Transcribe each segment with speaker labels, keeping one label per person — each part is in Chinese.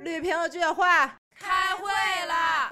Speaker 1: 绿瓶子居酒会
Speaker 2: 开会啦！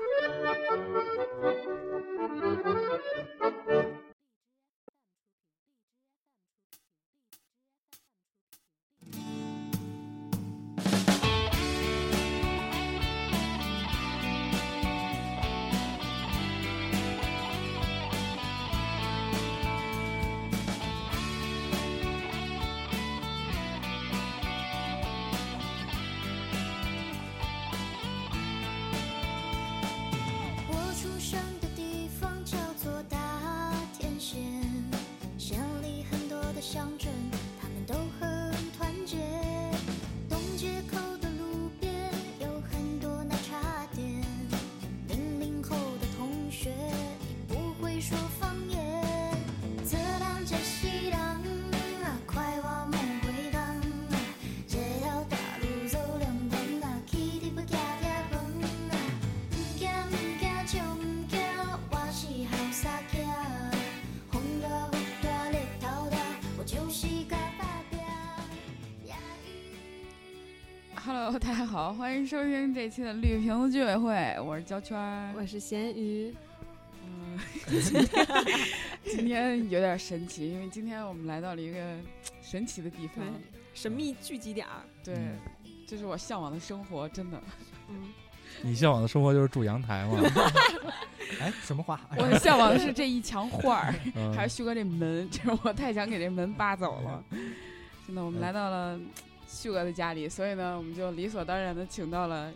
Speaker 3: 我出生的地方叫做大田县，县里很多的乡镇，他们都很团结。东街口的路边有很多奶茶店，零零后的同学你不会说方言。这当这西当啊，快往梦回荡啊，这条大路走两趟啊，起的不加点笨啊。唔惊唔惊就唔惊，我是好傻仔。风大雨大日头大，我就是个打拼。呀咿
Speaker 4: Hello，大家好，欢迎收听这期的绿瓶子居委会，我是焦圈儿。
Speaker 5: 我是咸鱼，
Speaker 4: 嗯， 今天有点神奇，因为今天我们来到了一个神奇的地方，
Speaker 5: 神秘聚集点儿。
Speaker 4: 对，
Speaker 6: 嗯
Speaker 4: 这是我向往的生活，真 的，
Speaker 5: 嗯，
Speaker 7: 你向往的生活就是住阳台 嘛？
Speaker 6: 哎，什么话？
Speaker 4: 我的向往的是这一墙画儿，
Speaker 7: 嗯
Speaker 4: 还有旭哥这门，这是我太想给这门扒走了。
Speaker 6: 嗯
Speaker 4: 真的，我们来到了旭哥的家里，所以呢，我们就理所当然的请到了，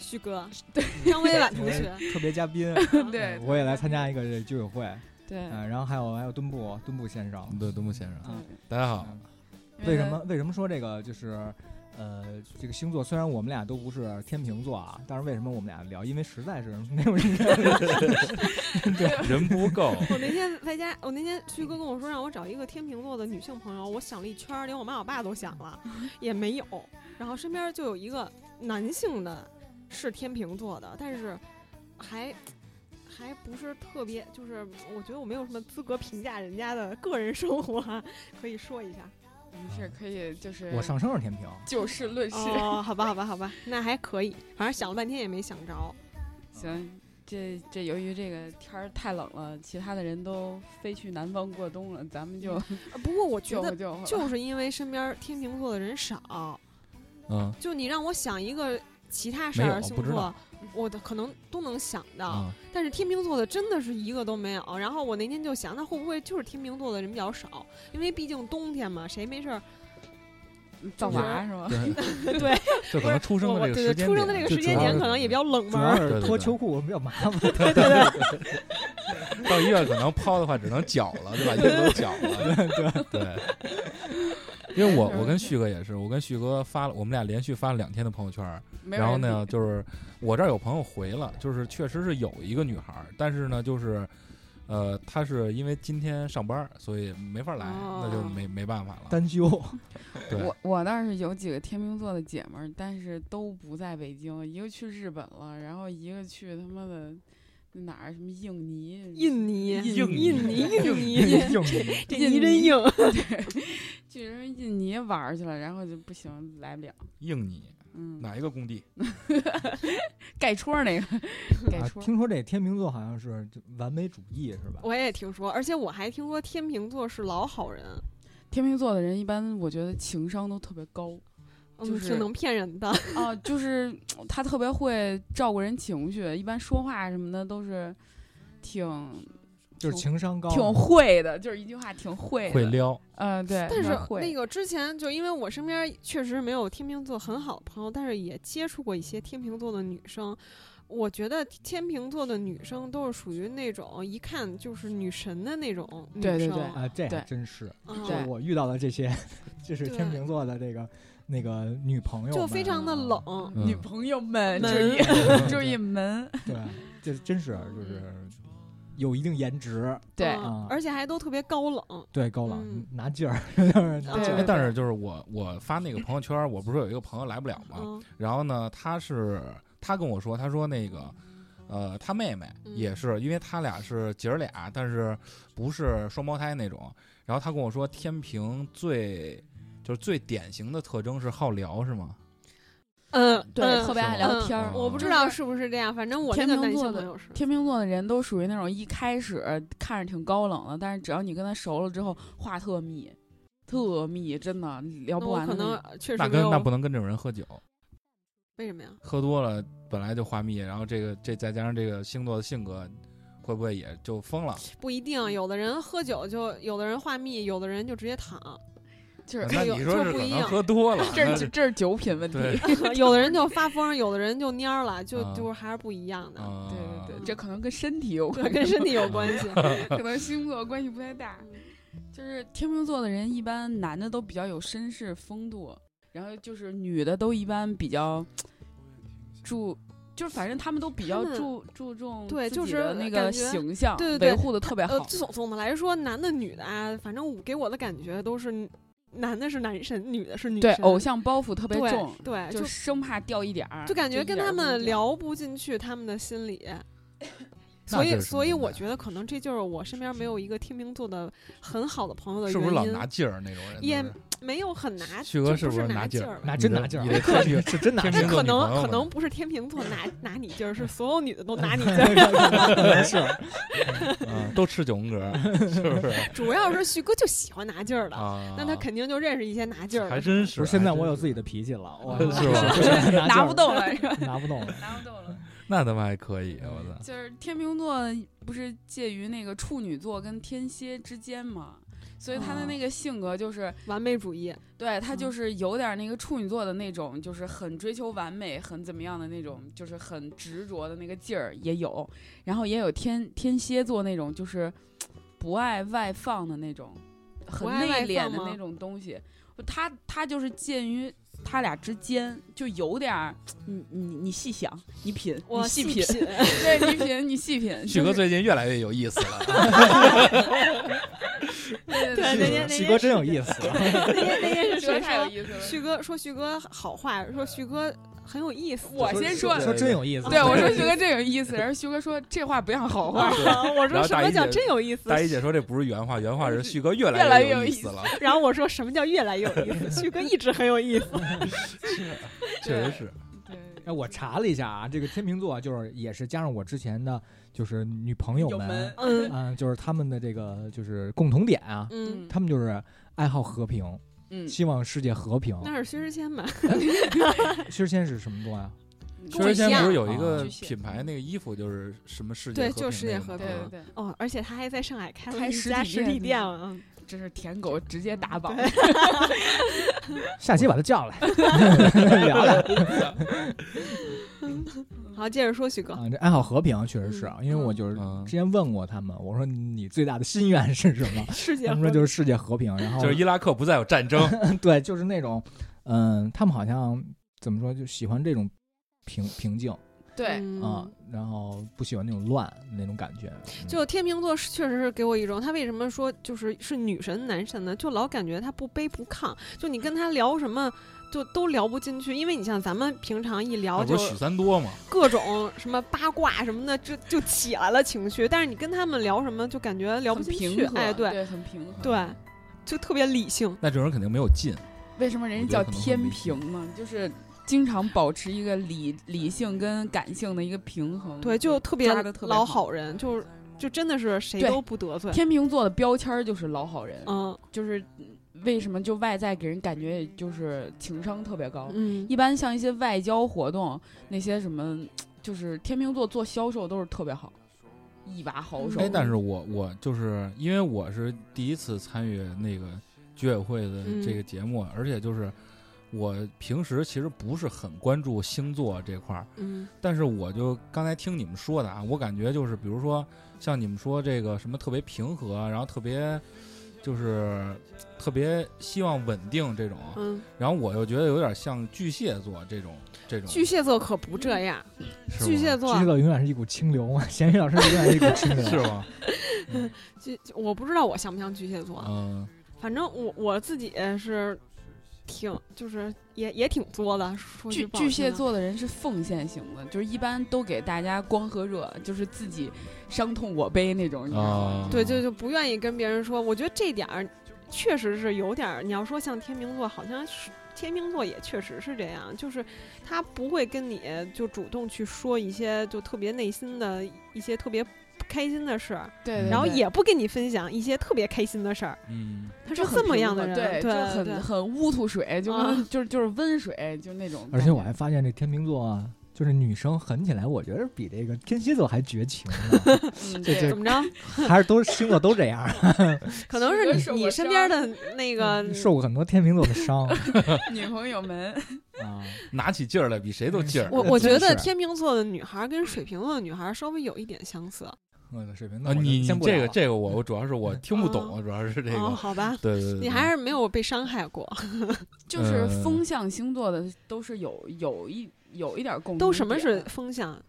Speaker 5: 旭 哥，
Speaker 4: 对
Speaker 5: 张微婉同学，嗯
Speaker 6: 特别嘉 宾，嗯
Speaker 4: 对，
Speaker 6: 我也来参加一个这居委会，
Speaker 4: 对，
Speaker 6: 嗯，然后还有还有墩布墩布先生，
Speaker 7: 对，东木先生，
Speaker 6: 嗯
Speaker 7: 大 家好。
Speaker 4: 因
Speaker 6: 为什
Speaker 4: 呢
Speaker 6: 么？为什么说这个就是？呃，这个星座虽然我们俩都不是天秤座啊，但是为什么我们俩聊？因为实在是没有人
Speaker 7: 人不够，
Speaker 5: 我那天嗯在家，我那天旭哥跟我说让我找一个天秤座的女性朋友，我想了一圈儿，连我妈我爸都想 了，也没有。然后身边就有一个男性的，是天秤座的，但是还还不是特别，就是我觉得我没有什么资格评价人家的个人生活啊，可以说一下。
Speaker 4: 我们是可以就是
Speaker 6: 我上升是天平，
Speaker 4: 就事论事。
Speaker 5: 哦，好吧，好吧，好吧，那还可以，反正想了半天也没想着。
Speaker 4: 行，这这由于这个天儿太冷了，其他的人都飞去南方过冬了，咱们就
Speaker 5: 呃不过我觉
Speaker 4: 救
Speaker 5: 得
Speaker 4: 活救活。
Speaker 5: 就是因为身边天秤座的人少，
Speaker 7: 嗯
Speaker 5: 就你让我想一个其他十
Speaker 7: 没
Speaker 5: 二
Speaker 7: 有
Speaker 5: 星
Speaker 7: 不知
Speaker 5: 座
Speaker 7: 道，
Speaker 5: 我的可能都能想到，
Speaker 7: 啊，
Speaker 5: 但是天秤座的真的是一个都没有。然后我那天就想，那会不会就是天秤座的人比较少？因为毕竟冬天嘛，谁没事儿？
Speaker 4: 造
Speaker 5: 就是
Speaker 4: 娃是吗？
Speaker 7: 嗯 对，
Speaker 5: 对，
Speaker 7: 就可能出生
Speaker 5: 我
Speaker 7: 的
Speaker 5: 我
Speaker 7: 这
Speaker 5: 对对，
Speaker 7: 个时间
Speaker 5: 出生的这个
Speaker 7: 就
Speaker 5: 时
Speaker 7: 主
Speaker 5: 间
Speaker 7: 要
Speaker 5: 点
Speaker 7: 是
Speaker 5: 可能也比较冷门
Speaker 6: 主
Speaker 5: 儿
Speaker 6: 要。
Speaker 7: 对
Speaker 6: 是
Speaker 7: 对
Speaker 6: 脱
Speaker 7: 对
Speaker 6: 秋裤 比较麻烦。
Speaker 7: 到医院可能抛的话只能绞了，对吧？就能绞 了，对对。因为我我跟旭哥也是，我跟旭哥发了，我们俩连续发了两天的朋友圈儿，
Speaker 4: 没有
Speaker 7: 然后
Speaker 4: 人
Speaker 7: 呢，就是我这儿有朋友回了，就是确实是有一个女孩儿，但是呢，就是，呃，她是因为今天上班儿，所以没法来，那就
Speaker 5: 哦
Speaker 7: 没没办法 了。
Speaker 6: 单休，
Speaker 4: 比？
Speaker 7: 对
Speaker 4: 我我倒是有几个天秤座的姐们儿，但是都不在北京，一个去日本了，然后一个去他妈的那哪儿什么印尼。
Speaker 5: 印尼，
Speaker 4: 印尼
Speaker 5: 印尼，印尼，
Speaker 6: 硬硬
Speaker 5: 这
Speaker 4: 印
Speaker 5: 泥真
Speaker 4: 尼
Speaker 5: 硬。
Speaker 4: 去什么印尼玩儿去了，然后就不行，来不了。
Speaker 7: 应你
Speaker 4: 嗯，
Speaker 7: 哪一个工地？
Speaker 4: 盖戳那 个，盖
Speaker 6: 啊
Speaker 4: 戳。
Speaker 6: 听说这天秤座好像是就完美主义是吧？
Speaker 5: 我也听说，而且我还听说天秤座是老好人，
Speaker 4: 天秤座的人一般，我觉得情商都特别高。
Speaker 5: 嗯
Speaker 4: 就是
Speaker 5: 挺能骗人的。
Speaker 4: 哦，就是他特别会照顾人情绪，一般说话什么的都是挺
Speaker 6: 就是情商高，
Speaker 4: 挺会的，就是一句话挺会的。
Speaker 7: 会撩，
Speaker 4: 嗯、对。
Speaker 5: 但是
Speaker 4: 会
Speaker 5: 那个之前就因为我身边确实没有天秤座很好的朋友，但是也接触过一些天秤座的女生。我觉得天秤座的女生都是属于那种一看就是女神的那种女生。
Speaker 4: 对对对
Speaker 6: 啊，这
Speaker 4: 对
Speaker 6: 还真是。
Speaker 5: 嗯
Speaker 4: 对
Speaker 6: 我遇到的这些， 就是
Speaker 5: 对
Speaker 6: 天秤座的这个那个女朋友们，啊
Speaker 5: 就非常的冷。
Speaker 7: 嗯
Speaker 4: 女朋友们注
Speaker 5: 门
Speaker 4: 意注意 门，
Speaker 6: 对，这真是就是
Speaker 7: 呃
Speaker 6: 有一定颜值，
Speaker 4: 对
Speaker 5: 嗯而且还都特别高冷。
Speaker 6: 对，高冷、
Speaker 5: 嗯
Speaker 6: 拿劲儿， 就是拿劲
Speaker 4: 对
Speaker 7: 哎
Speaker 6: 儿。
Speaker 7: 但是就是我我发那个朋友圈儿，我不是有一个朋友来不了吗？
Speaker 5: 嗯，
Speaker 7: 然后呢，他是他跟我说，他说那个。呃，他妹妹
Speaker 5: 嗯
Speaker 7: 也是，因为他俩是姐儿俩，但是不是双胞胎那种。然后他跟我说，天平最就是最典型的特征是好聊，是吗？
Speaker 5: 嗯，
Speaker 4: 对，
Speaker 5: 嗯
Speaker 4: 特别爱聊天儿。
Speaker 7: 嗯
Speaker 5: 我不知道是不是这样，反正我
Speaker 4: 天
Speaker 5: 那个
Speaker 4: 秤
Speaker 5: 男
Speaker 4: 座
Speaker 5: 性
Speaker 4: 的
Speaker 5: 朋友是，
Speaker 4: 天秤座的人都属于那种一开始看着挺高冷的，但是只要你跟他熟了之后，话特密，特密，真的聊
Speaker 5: 那
Speaker 4: 不
Speaker 5: 我
Speaker 4: 完
Speaker 5: 可
Speaker 4: 的那
Speaker 5: 能
Speaker 4: 种。
Speaker 5: 确实
Speaker 7: 嗯那
Speaker 5: 没
Speaker 7: 跟那不
Speaker 5: 有，
Speaker 7: 能跟这种人喝酒，
Speaker 5: 为什么呀？
Speaker 7: 喝多了本来就话密，然后这个这再加上这个星座的性格，会不会也就疯了？
Speaker 5: 不一定，有的人喝酒就，有的人话密，有的人就直接躺，
Speaker 4: 就是
Speaker 7: 那
Speaker 5: 有
Speaker 7: 你说
Speaker 5: 这
Speaker 7: 是
Speaker 5: 不
Speaker 7: 可
Speaker 5: 一
Speaker 7: 能
Speaker 5: 样
Speaker 7: 喝 多了，那
Speaker 4: 这是这是酒品问题。
Speaker 7: 对
Speaker 5: 呃 有的人就发疯，有的人就蔫儿了，就
Speaker 7: 啊
Speaker 5: 就是还是不一样的，
Speaker 7: 啊，
Speaker 4: 对对对，这可能跟身体有
Speaker 5: 对，
Speaker 4: 关，
Speaker 5: 跟身体有关系。
Speaker 7: 嗯
Speaker 4: 可能星座关系不太大。就是天秤座的人，一般男的都比较有绅士风度，然后就是女的都一般比较注，就是反正他们都比较
Speaker 5: 他们
Speaker 4: 注注重
Speaker 5: 对
Speaker 4: 自
Speaker 5: 就
Speaker 4: 己
Speaker 5: 是
Speaker 4: 的那
Speaker 5: 感
Speaker 4: 个
Speaker 5: 觉
Speaker 4: 形象，
Speaker 5: 对对对
Speaker 4: 维护的特别好。
Speaker 5: 呃，总总的来说，男的女的啊，反正我给我的感觉都是，男的是男神，女的是女神，
Speaker 4: 对，偶像包袱特别
Speaker 5: 对
Speaker 4: 重，
Speaker 5: 对，
Speaker 4: 就
Speaker 5: 就
Speaker 4: 生怕掉一点儿，
Speaker 5: 就感觉
Speaker 4: 一
Speaker 5: 跟
Speaker 4: 点儿
Speaker 5: 他
Speaker 4: 不能
Speaker 5: 们
Speaker 4: 掉。
Speaker 5: 聊不进去他们的心理。
Speaker 7: 那
Speaker 5: 所
Speaker 7: 这
Speaker 5: 以，
Speaker 7: 是
Speaker 5: 所以
Speaker 7: 什么
Speaker 5: 我
Speaker 7: 呀
Speaker 5: 觉得可能这就是我身边没有一个天秤座的很好的朋友的原因。
Speaker 7: 是不是老拿劲儿那种人？
Speaker 5: 也
Speaker 7: 都是
Speaker 5: 没有很拿，
Speaker 7: 旭
Speaker 5: 就
Speaker 7: 哥
Speaker 5: 不
Speaker 7: 是不是拿
Speaker 5: 拿
Speaker 7: 劲
Speaker 5: 劲
Speaker 7: 儿
Speaker 5: 吧
Speaker 6: 那真
Speaker 7: 你的
Speaker 6: 拿劲儿，
Speaker 7: 你的
Speaker 6: 科
Speaker 7: 天
Speaker 6: 学
Speaker 7: 平
Speaker 6: 是真拿
Speaker 7: 天
Speaker 6: 劲
Speaker 5: 那
Speaker 7: 秤
Speaker 5: 可
Speaker 7: 座女
Speaker 6: 儿，
Speaker 7: 朋
Speaker 5: 能
Speaker 7: 友
Speaker 5: 可
Speaker 7: 们
Speaker 5: 能不是天秤座拿拿你劲儿，是所有女的都拿 你劲儿，
Speaker 6: 可能是
Speaker 7: 嗯都吃九宫格，是不是？
Speaker 5: 主要是旭哥就喜欢拿劲儿的，
Speaker 7: 啊，
Speaker 5: 那他肯定就认识一些拿劲儿
Speaker 7: 还
Speaker 5: 的。
Speaker 7: 真是。
Speaker 6: 不是现在我有
Speaker 7: 己，
Speaker 6: 自己的脾气了，我
Speaker 7: 是吧
Speaker 6: 就是拿劲儿
Speaker 4: 拿不动， 了，是吧？
Speaker 6: 拿不动了。
Speaker 4: 拿不动了。
Speaker 7: 那他妈还可以，我操！
Speaker 4: 就是天秤座不是介于那个处女座跟天蝎之间嘛，所以他的
Speaker 5: 啊
Speaker 4: 那个性格就是，
Speaker 5: 完美主义，
Speaker 4: 对他就
Speaker 5: 嗯
Speaker 4: 是有点那个处女座的那种，就是很追求完美，很怎么样的那种，就是很执着的那个劲儿也有，然后也有天天蝎座那种，就是不爱外放的那种，很
Speaker 5: 不爱外
Speaker 4: 内敛
Speaker 5: 放
Speaker 4: 的
Speaker 5: 吗
Speaker 4: 那种东西。他他就是介于他俩之间，就有点儿，你你你细想，你品，你
Speaker 5: 我
Speaker 4: 细
Speaker 5: 品
Speaker 4: 品， 对你品，你细 品。
Speaker 7: 旭哥
Speaker 4: 就是
Speaker 7: 最近越来越有意思了，
Speaker 4: 对
Speaker 5: 对
Speaker 4: 对
Speaker 5: 人家那
Speaker 6: 喜
Speaker 5: 些
Speaker 6: 哥
Speaker 5: 是
Speaker 6: 真有意思，
Speaker 5: 那天那天是
Speaker 4: 这
Speaker 5: 谁
Speaker 4: 太有
Speaker 5: 说？
Speaker 4: 意思了。
Speaker 5: 旭哥说旭哥好话，说旭哥很有意思。
Speaker 4: 我先说，
Speaker 6: 说真有意思。
Speaker 4: 对我说徐哥这有意思，然后徐哥说这话不像好
Speaker 5: 哦
Speaker 4: 话，
Speaker 5: 我
Speaker 7: 然
Speaker 5: 说
Speaker 7: 后
Speaker 5: 什
Speaker 7: 大
Speaker 5: 么
Speaker 7: 姨
Speaker 5: 叫
Speaker 7: 姐
Speaker 5: 真有意思？
Speaker 7: 大姨姐说这不是原话，原话是旭哥越
Speaker 4: 越来
Speaker 7: 来
Speaker 4: 越有
Speaker 7: 有
Speaker 4: 意
Speaker 7: 思
Speaker 4: 思
Speaker 7: 了，
Speaker 5: 然后我说什么叫越来越有意思？ 旭哥一直很有意思。
Speaker 7: 确实是。
Speaker 6: 哎，我查了一下啊，这个天秤座就是也是加上我之前的就是女朋友
Speaker 4: 有
Speaker 6: 们
Speaker 4: 门，
Speaker 5: 嗯
Speaker 6: 嗯，就是他们的这个就是共同点啊，
Speaker 5: 嗯，
Speaker 6: 他们就是爱好和平，
Speaker 4: 嗯，
Speaker 6: 希望世界和平。
Speaker 5: 那是薛之谦吧？
Speaker 6: 薛之谦是什么座呀？
Speaker 7: 薛之谦不是有一
Speaker 6: 啊
Speaker 7: 个
Speaker 4: 巨蟹
Speaker 7: 品牌那个衣服就是什么世界
Speaker 5: 对
Speaker 7: 和
Speaker 5: 就
Speaker 7: 平
Speaker 5: 世界
Speaker 7: 那个嗯
Speaker 5: 和
Speaker 7: 吗
Speaker 4: 对对对，
Speaker 5: 哦，而且他还在上海开了
Speaker 4: 开
Speaker 5: 一
Speaker 4: 实
Speaker 5: 家
Speaker 4: 体
Speaker 5: 实体
Speaker 4: 店
Speaker 5: 店了。嗯
Speaker 4: 这是舔狗直接打榜，
Speaker 6: 下期把他叫来聊聊
Speaker 5: 好，接着说旭哥，
Speaker 6: 啊。这爱好和平确实是啊，因为我就是
Speaker 7: 嗯
Speaker 6: 之前问过他们，我说你最大的心愿是什么？
Speaker 5: 世界
Speaker 6: 他们
Speaker 5: 和
Speaker 6: 说就是世界和平。然后
Speaker 7: 嗯就是伊拉克不再有战争，
Speaker 6: 对，就是那种，嗯，他们好像怎么说，就喜欢这种平平静
Speaker 4: 对，
Speaker 5: 嗯
Speaker 6: 啊，然后不喜欢那种乱那种感觉。嗯
Speaker 5: 就天秤座是确实是给我一种，他为什么说就是是女神男神呢？就老感觉他不卑不亢，就你跟他聊什么就都聊不进去，因为你像咱们平常一聊
Speaker 7: 那
Speaker 5: 就
Speaker 7: 啊不是许三多吗？
Speaker 5: 各种什么八卦什么的，就就起来了情绪，但是你跟他们聊什么就感觉聊不
Speaker 4: 很
Speaker 5: 进
Speaker 4: 平
Speaker 5: 去，
Speaker 4: 和，
Speaker 5: 哎，对
Speaker 4: 对，很平和。
Speaker 5: 对，就特别理性，
Speaker 7: 那这种人肯定没有劲，
Speaker 4: 为什么人家叫天平呢？就是经常保持一个理理性跟感性的一个平衡，
Speaker 5: 对，就特别
Speaker 4: 嗯抓得特别
Speaker 5: 老
Speaker 4: 好
Speaker 5: 好人，就是就真的是谁
Speaker 4: 对
Speaker 5: 都不得罪，
Speaker 4: 天秤座的标签儿就是老好人，
Speaker 5: 嗯
Speaker 4: 就是为什么就外在给人感觉就是情商特别高，
Speaker 5: 嗯
Speaker 4: 一般像一些外交活动，那些什么，就是天秤座做销售都是特别好，一把好手。
Speaker 7: 哎，但是我我就是因为我是第一次参与那个居委会的这
Speaker 5: 嗯
Speaker 7: 个节目，而且就是我平时其实不是很关注星座这块儿，
Speaker 5: 嗯
Speaker 7: 但是我就刚才听你们说的啊，我感觉就是比如说像你们说这个什么特别平和，然后特别就是特别希望稳定这种，
Speaker 5: 嗯，
Speaker 7: 然后我又觉得有点像巨蟹座这种这种
Speaker 5: 巨蟹座可不这样，
Speaker 7: 是吗
Speaker 5: 巨蟹
Speaker 6: 巨
Speaker 5: 座
Speaker 6: 蟹座永远是一股清流嘛，咸鱼老师永远是一股清流。啊
Speaker 7: 是吗？
Speaker 5: 巨，我不知道我像不像巨蟹座，
Speaker 7: 嗯，
Speaker 5: 反正我我自己是挺，就是也也挺作的。说句
Speaker 4: 巨
Speaker 5: 不好
Speaker 4: 巨
Speaker 5: 听
Speaker 4: 蟹
Speaker 5: 的，
Speaker 4: 座的人是奉献型的，就是一般都给大家光和热，就是自己伤痛我悲那种，你知道吗？
Speaker 7: 啊，
Speaker 6: 哦
Speaker 5: 对，就就不愿意跟别人说。我觉得这点儿确实是有点儿，你要说像天秤座，好像是天秤座也确实是这样，就是他不会跟你就主动去说一些就特别内心的一些特别不开心的事儿，
Speaker 4: 对对
Speaker 5: 然后
Speaker 4: 对
Speaker 5: 也不跟你分享一些特别开心的事儿，
Speaker 7: 嗯，
Speaker 5: 他
Speaker 4: 就是很
Speaker 5: 这么
Speaker 4: 平
Speaker 5: 样的
Speaker 4: 和
Speaker 5: 人，
Speaker 4: 对，
Speaker 5: 对，
Speaker 4: 就很
Speaker 5: 对
Speaker 4: 很乌吐水，就跟
Speaker 5: 啊
Speaker 4: 就是就是温水，就那种感觉。
Speaker 6: 而啊且我还发现这天秤座啊，就是女生狠起来，我觉得比这个天蝎座还绝情呢，
Speaker 4: 嗯
Speaker 6: 这
Speaker 4: 对
Speaker 5: 怎 么着？
Speaker 6: 还是都星座都这样，
Speaker 5: 可能
Speaker 4: 哥
Speaker 5: 是
Speaker 4: 受
Speaker 5: 你
Speaker 4: 过
Speaker 5: 你身
Speaker 4: 伤
Speaker 5: 边的那个
Speaker 4: 嗯
Speaker 6: 受过很多天秤座的伤
Speaker 4: 女朋友们，
Speaker 6: 啊。
Speaker 7: 拿起劲儿来比谁都劲儿。
Speaker 5: 嗯 我
Speaker 6: 呃
Speaker 5: 我
Speaker 6: 真
Speaker 5: 觉得
Speaker 6: 是
Speaker 5: 天秤座的女孩儿跟水瓶座的女孩儿稍微有一点相似。
Speaker 6: 我的水平，那
Speaker 7: 啊，
Speaker 6: 我就
Speaker 7: 你你
Speaker 6: 先不
Speaker 7: 这
Speaker 6: 聊
Speaker 7: 个
Speaker 6: 了嗯
Speaker 7: 这个我我主要是我听不懂，
Speaker 5: 哦
Speaker 7: 主要是这
Speaker 5: 哦，
Speaker 7: 个。
Speaker 5: 好吧，
Speaker 7: 对对对，
Speaker 5: 你还是没有被伤害过。
Speaker 4: 就是
Speaker 6: 嗯
Speaker 7: 呃
Speaker 4: 风象星座的都是有有一有一点共鸣点。
Speaker 5: 都什么是风象？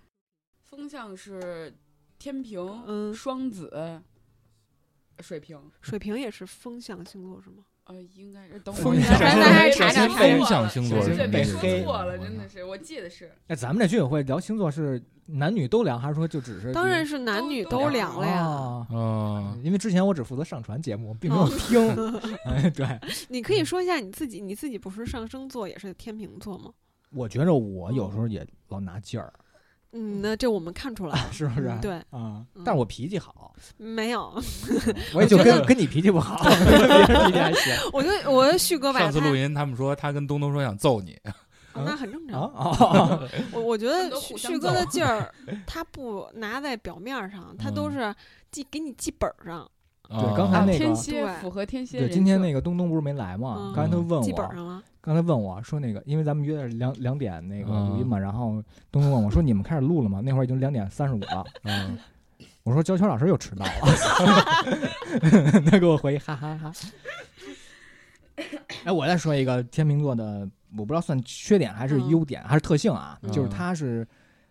Speaker 4: 风象是天平、
Speaker 5: 嗯
Speaker 4: 双子、水瓶，
Speaker 5: 水瓶也是风象星座是吗？
Speaker 4: 呃，应该是等
Speaker 6: 风
Speaker 4: 我一下
Speaker 6: 象
Speaker 4: 我
Speaker 6: 咱
Speaker 4: 以
Speaker 6: 还
Speaker 4: 为
Speaker 6: 是查查
Speaker 4: 我
Speaker 6: 看
Speaker 4: 说
Speaker 7: 风象
Speaker 4: 错
Speaker 7: 星
Speaker 4: 了
Speaker 7: 座
Speaker 4: 是
Speaker 6: 是
Speaker 4: 对，
Speaker 6: 被
Speaker 4: 别
Speaker 6: 黑
Speaker 4: 说错了，
Speaker 7: 我
Speaker 4: 真的是，我记得是
Speaker 6: 那咱们这居委会聊星座是男女都聊，还是说就只是
Speaker 5: 当然是男
Speaker 4: 都
Speaker 5: 女
Speaker 4: 都
Speaker 5: 都
Speaker 4: 有
Speaker 5: 聊了呀。
Speaker 6: 啊？
Speaker 7: 嗯，
Speaker 6: 因为之前我只负责上传节目，并没
Speaker 5: 哦
Speaker 6: 有听。 哎，对，
Speaker 5: 你可以说一下你自己，你自己不是上升座也是天秤座吗？
Speaker 6: 我觉着我有时候也老拿劲儿，
Speaker 5: 嗯，那这我们看出来了。
Speaker 6: 是不是？
Speaker 5: 嗯对
Speaker 6: 啊，
Speaker 5: 嗯
Speaker 6: 但是我脾气 好，
Speaker 5: 没有，
Speaker 6: 我也就
Speaker 5: 觉
Speaker 6: 跟
Speaker 5: 得
Speaker 6: 跟你脾气 不好，跟 别人脾气还行
Speaker 5: 我觉得我觉得旭哥吧，
Speaker 7: 上次
Speaker 5: 他
Speaker 7: 录音他们说他跟东东说想揍你，
Speaker 5: 哦那很正
Speaker 6: 啊
Speaker 5: 常。
Speaker 6: 啊！
Speaker 5: 我我觉
Speaker 4: 他们
Speaker 5: 得
Speaker 4: 都
Speaker 5: 旭
Speaker 4: 互
Speaker 5: 旭
Speaker 4: 相
Speaker 5: 哥的
Speaker 4: 揍
Speaker 5: 劲儿，他不拿在表面儿上，他都
Speaker 7: 嗯
Speaker 5: 是记给你记本儿上，
Speaker 7: 对
Speaker 6: 刚才
Speaker 4: 啊，
Speaker 6: 那个
Speaker 4: 天蝎
Speaker 5: 对
Speaker 4: 符合天蝎
Speaker 6: 对，
Speaker 4: 人设。
Speaker 6: 今天那个东东不是没来嘛？
Speaker 5: 嗯
Speaker 6: 刚才他问
Speaker 5: 记本儿
Speaker 6: 我，
Speaker 5: 上了。
Speaker 6: 刚才问我说那个，因为咱们约的是两两点那个
Speaker 7: 嗯
Speaker 6: 录音嘛，然后东东问我说你们开始录了吗？那会儿已经两点三十五了。
Speaker 7: 嗯，
Speaker 6: 我说焦圈老师又迟到了， 他给我回哈哈哈。哎，我再说一个天秤座的，我不知道算缺点还是优点、还是特性啊，
Speaker 7: 嗯
Speaker 6: 就是他是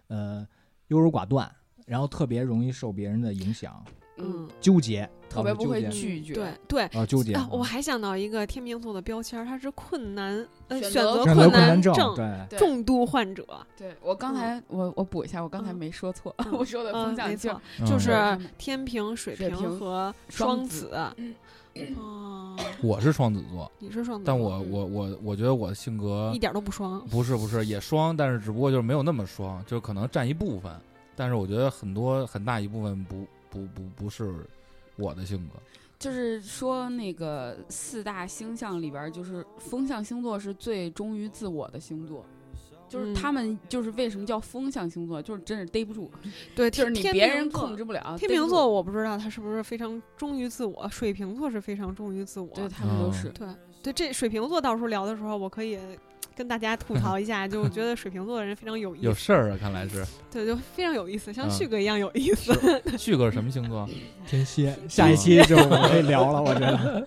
Speaker 6: 呃优柔寡断，然后特别容易受别人的影响，
Speaker 5: 嗯，
Speaker 6: 纠结，
Speaker 4: 特别
Speaker 6: 老是
Speaker 4: 不会
Speaker 6: 纠结
Speaker 4: 拒绝
Speaker 5: 对对，
Speaker 6: 啊纠结。
Speaker 5: 啊，我还想到一个天秤座的标签儿，它是困难呃
Speaker 4: 选
Speaker 5: 选
Speaker 4: 择
Speaker 5: 择
Speaker 6: 选
Speaker 4: 困
Speaker 6: 择
Speaker 5: 困
Speaker 6: 困难
Speaker 5: 症
Speaker 6: 对，
Speaker 4: 对
Speaker 5: 重度患者，
Speaker 4: 对我刚才我我补一下，我刚才
Speaker 5: 嗯
Speaker 4: 没说错，
Speaker 5: 嗯
Speaker 4: 我说的风
Speaker 5: 嗯，没
Speaker 4: 象劲儿
Speaker 5: 错， 就是
Speaker 4: 嗯
Speaker 5: 天平、水
Speaker 4: 水
Speaker 5: 瓶
Speaker 4: 瓶
Speaker 5: 和
Speaker 4: 双
Speaker 5: 双
Speaker 4: 子嗯
Speaker 5: 子。哦，
Speaker 7: 我是双子座，
Speaker 5: 你是双子座，
Speaker 7: 但我我我我觉得我的嗯性格
Speaker 5: 嗯一点都不双。
Speaker 7: 不是不是也双，但是只不过就是没有那么双，就是可能占一部分，但是我觉得很多很大一部分不不不不是我的性格。
Speaker 4: 就是说那个四大星象里边儿，就是风象星座是最忠于自我的星座。就是
Speaker 5: 嗯
Speaker 4: 他们，就是为什么叫风象星座，就是真是逮不住，
Speaker 5: 对，
Speaker 4: 就是
Speaker 5: 天
Speaker 4: 你
Speaker 5: 天
Speaker 4: 别
Speaker 5: 秤
Speaker 4: 人
Speaker 5: 座
Speaker 4: 控制不了。逮
Speaker 5: 天
Speaker 4: 不
Speaker 5: 秤
Speaker 4: 住
Speaker 5: 座，我不知道他是不是非常忠于自我，水瓶座是非常忠于自我。
Speaker 4: 对他们都
Speaker 7: 嗯
Speaker 4: 是，
Speaker 5: 对对这水瓶座到时候聊的时候，我可以跟大家吐槽一下，就我觉得水瓶座的人非常有意
Speaker 7: 有
Speaker 5: 思，
Speaker 7: 事儿啊，看来 是
Speaker 5: 对，就非常有意思，像
Speaker 7: 嗯
Speaker 5: 旭哥一样有意思。
Speaker 7: 旭哥是什么星座？
Speaker 6: 天蝎， 下一期就我们可以聊了，我觉得。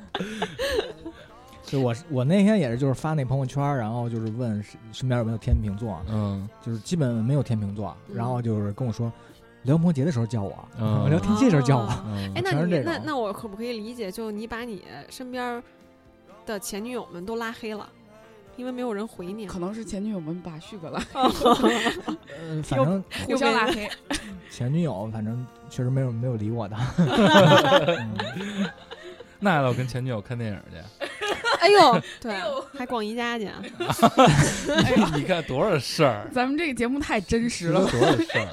Speaker 6: 就我是我那天也是，就是发那朋友圈，然后就是问是身边有没有天秤座，啊
Speaker 7: 嗯，
Speaker 6: 就是基本没有天秤座，
Speaker 5: 嗯
Speaker 6: 然后就是跟我说，聊摩羯的时候叫我，
Speaker 7: 嗯
Speaker 6: 聊天蝎的时候叫我，
Speaker 5: 啊
Speaker 7: 嗯
Speaker 5: 哎，那
Speaker 6: 全是
Speaker 5: 你
Speaker 6: 这
Speaker 5: 那
Speaker 6: 种
Speaker 5: 那我可不可以理解，就你把你身边儿的前女友们都拉黑了，因为没有人回你啊了
Speaker 4: 可。能是前女友们把旭哥拉，
Speaker 6: 呃，反正
Speaker 4: 互相拉黑。
Speaker 6: 前女友反正确实没有没有理我的，
Speaker 7: 那要跟前女友看电影 去，
Speaker 5: 哎呦，对，还逛宜家去啊，
Speaker 7: 你看多少事儿，啊
Speaker 4: 咱们这个节目太真 实
Speaker 7: 知
Speaker 4: 了
Speaker 7: 道，多少事儿。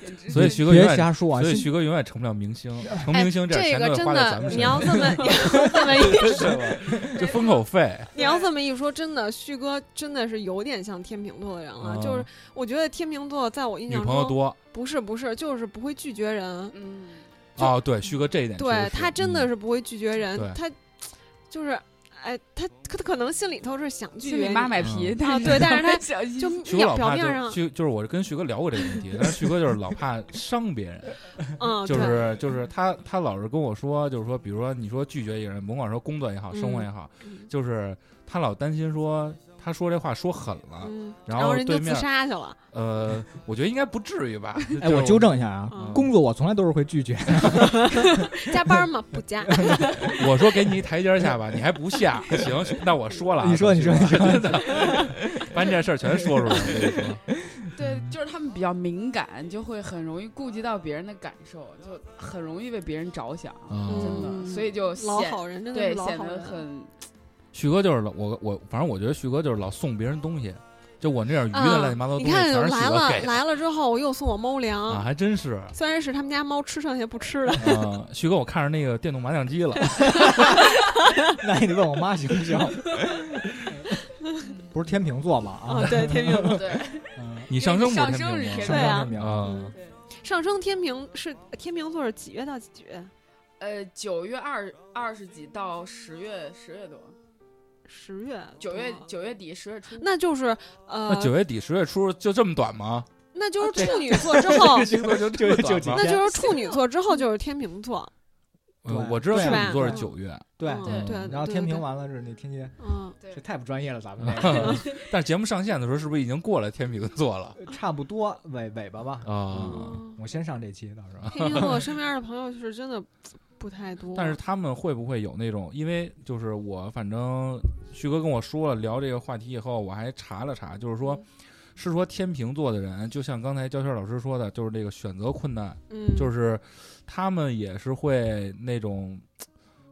Speaker 4: 简直
Speaker 7: 所以
Speaker 4: 是
Speaker 7: 徐哥永
Speaker 6: 别
Speaker 7: 远，
Speaker 6: 瞎说啊！
Speaker 7: 所以
Speaker 6: 信
Speaker 7: 徐哥永远成不了明星，成
Speaker 5: 哎
Speaker 7: 明星点
Speaker 5: 这
Speaker 7: 钱都
Speaker 5: 个
Speaker 7: 得
Speaker 5: 真
Speaker 7: 花在咱
Speaker 5: 的
Speaker 7: 们，
Speaker 5: 你
Speaker 7: 身
Speaker 5: 要这
Speaker 7: 上，
Speaker 5: 么 你要这么一
Speaker 7: 是吧？这封口 费，
Speaker 5: 你要这么一说，真的，旭哥真的是有点像天秤座的人了。就是
Speaker 7: 嗯
Speaker 5: 我觉得天秤座在我印
Speaker 7: 女
Speaker 5: 象
Speaker 7: 朋友
Speaker 5: 中，
Speaker 7: 多
Speaker 5: 不是不是，就是不会拒绝人，
Speaker 4: 嗯，
Speaker 5: 就
Speaker 7: 哦，对，旭哥这一点确实是，嗯
Speaker 5: 对他真的是不会拒绝人
Speaker 7: 对，
Speaker 5: 他就是，哎，他他可能心里头是想
Speaker 4: 心
Speaker 5: 拒绝
Speaker 4: 里
Speaker 5: 你
Speaker 4: 妈卖
Speaker 7: 嗯
Speaker 4: 皮，
Speaker 5: 啊
Speaker 4: 哦但是
Speaker 5: 对但是他
Speaker 4: 小心
Speaker 5: 就
Speaker 7: 嗯。旭哥
Speaker 5: 表
Speaker 7: 老
Speaker 5: 表
Speaker 7: 怕
Speaker 5: 面
Speaker 7: 就
Speaker 5: 上，
Speaker 7: 旭就是我是跟旭哥聊过这个问题，但是旭哥就是老怕伤别人，
Speaker 5: 嗯，
Speaker 7: 就
Speaker 5: 对。
Speaker 7: 是就是他他老是跟我说，就是说，比如说你说拒绝一个人，甭管说工作也好，生活也好，
Speaker 5: 嗯
Speaker 7: 就是他老担心说他说这话说狠了，
Speaker 5: 嗯，
Speaker 7: 啊然
Speaker 5: 然
Speaker 7: 后
Speaker 5: 人就
Speaker 7: 对
Speaker 5: 自
Speaker 7: 面
Speaker 5: 杀去了。
Speaker 7: 呃，我觉得应该不至 于吧。
Speaker 6: 哎，我纠，正一下啊，
Speaker 5: 嗯
Speaker 6: 工作我从来都是会拒绝，
Speaker 5: 加班吗？不 加。
Speaker 7: 我说给你一台阶下吧，你还不下，行，那我说了啊，
Speaker 6: 你
Speaker 7: 小
Speaker 6: 说你
Speaker 7: 徐
Speaker 6: 说你
Speaker 7: 真的， 把你这事儿全说出来，我跟你说，
Speaker 4: 对，就是他们比较敏感，就会很容易顾及到别人的感受，就很容易为别人着想，
Speaker 7: 嗯
Speaker 4: 真的，所以就
Speaker 5: 老
Speaker 4: 显
Speaker 5: 好人真的
Speaker 4: 对
Speaker 5: 是老
Speaker 4: 显
Speaker 5: 好
Speaker 4: 得
Speaker 5: 人。
Speaker 4: 很
Speaker 7: 旭哥就是老我我反正我觉得旭哥就是老送别人东西，就我那点鱼的乱七八糟
Speaker 5: 嗯你
Speaker 7: 东西
Speaker 5: 看
Speaker 7: 全是
Speaker 5: 来
Speaker 7: 旭哥
Speaker 5: 了
Speaker 7: 给的
Speaker 5: 来了之后，我又送我猫粮，
Speaker 7: 啊，还真是。
Speaker 5: 虽然是他们家猫吃剩下不吃的，
Speaker 7: 啊，旭哥，我看上那个电动麻将机了，
Speaker 6: 那你得问我妈行不行？ 不是天秤座吧？啊，
Speaker 5: 啊，对，天平
Speaker 4: 对，
Speaker 6: 嗯
Speaker 7: 你上升
Speaker 4: 你
Speaker 7: 不
Speaker 4: 上
Speaker 7: 天
Speaker 4: 升
Speaker 7: 平
Speaker 4: 是
Speaker 7: 吗
Speaker 4: 天
Speaker 6: 上
Speaker 5: 对啊
Speaker 6: 升天秤
Speaker 7: 啊
Speaker 4: 对，
Speaker 5: 上升天平是天平座是几月到几月？
Speaker 4: 呃，九月二二十几到十月十月多，
Speaker 5: 十月，
Speaker 4: 九月
Speaker 5: 哦
Speaker 4: 九月底十月初，
Speaker 5: 那就是
Speaker 7: 那
Speaker 5: 呃，
Speaker 7: 九月底十月初就这么短 吗？
Speaker 5: 那就
Speaker 6: 啊
Speaker 5: 是
Speaker 6: 对，
Speaker 5: 处女座之后
Speaker 6: 星座就就就几
Speaker 5: 那
Speaker 6: 天，
Speaker 5: 就是处女座之后就是天平 座，
Speaker 7: 呃
Speaker 6: 对
Speaker 7: 我知道
Speaker 6: 对
Speaker 7: 处
Speaker 5: 啊
Speaker 7: 女座是
Speaker 5: 对
Speaker 7: 九月，
Speaker 6: 对
Speaker 5: 嗯
Speaker 4: 对
Speaker 5: 对，
Speaker 6: 然后
Speaker 5: 对
Speaker 6: 天平，
Speaker 5: 对
Speaker 6: 完了是那天蝎，
Speaker 5: 嗯，
Speaker 4: 对
Speaker 6: 这，太不专业了，咱们这
Speaker 7: 啊但是节目上线的时候是不是已经过了天秤座了
Speaker 6: 个 差不多尾尾巴吧。
Speaker 7: 啊？
Speaker 5: 嗯
Speaker 6: 我先上这期，到时候
Speaker 5: 天秤座身边的朋友是真的不太多，
Speaker 7: 但是他们会不会有那种？因为就是我，反正旭哥跟我说了聊这个话题以后，我还查了查，就是说，是说天秤座的人，就像刚才焦圈老师说的，就是这个选择困难，
Speaker 5: 嗯，
Speaker 7: 就是他们也是会那种，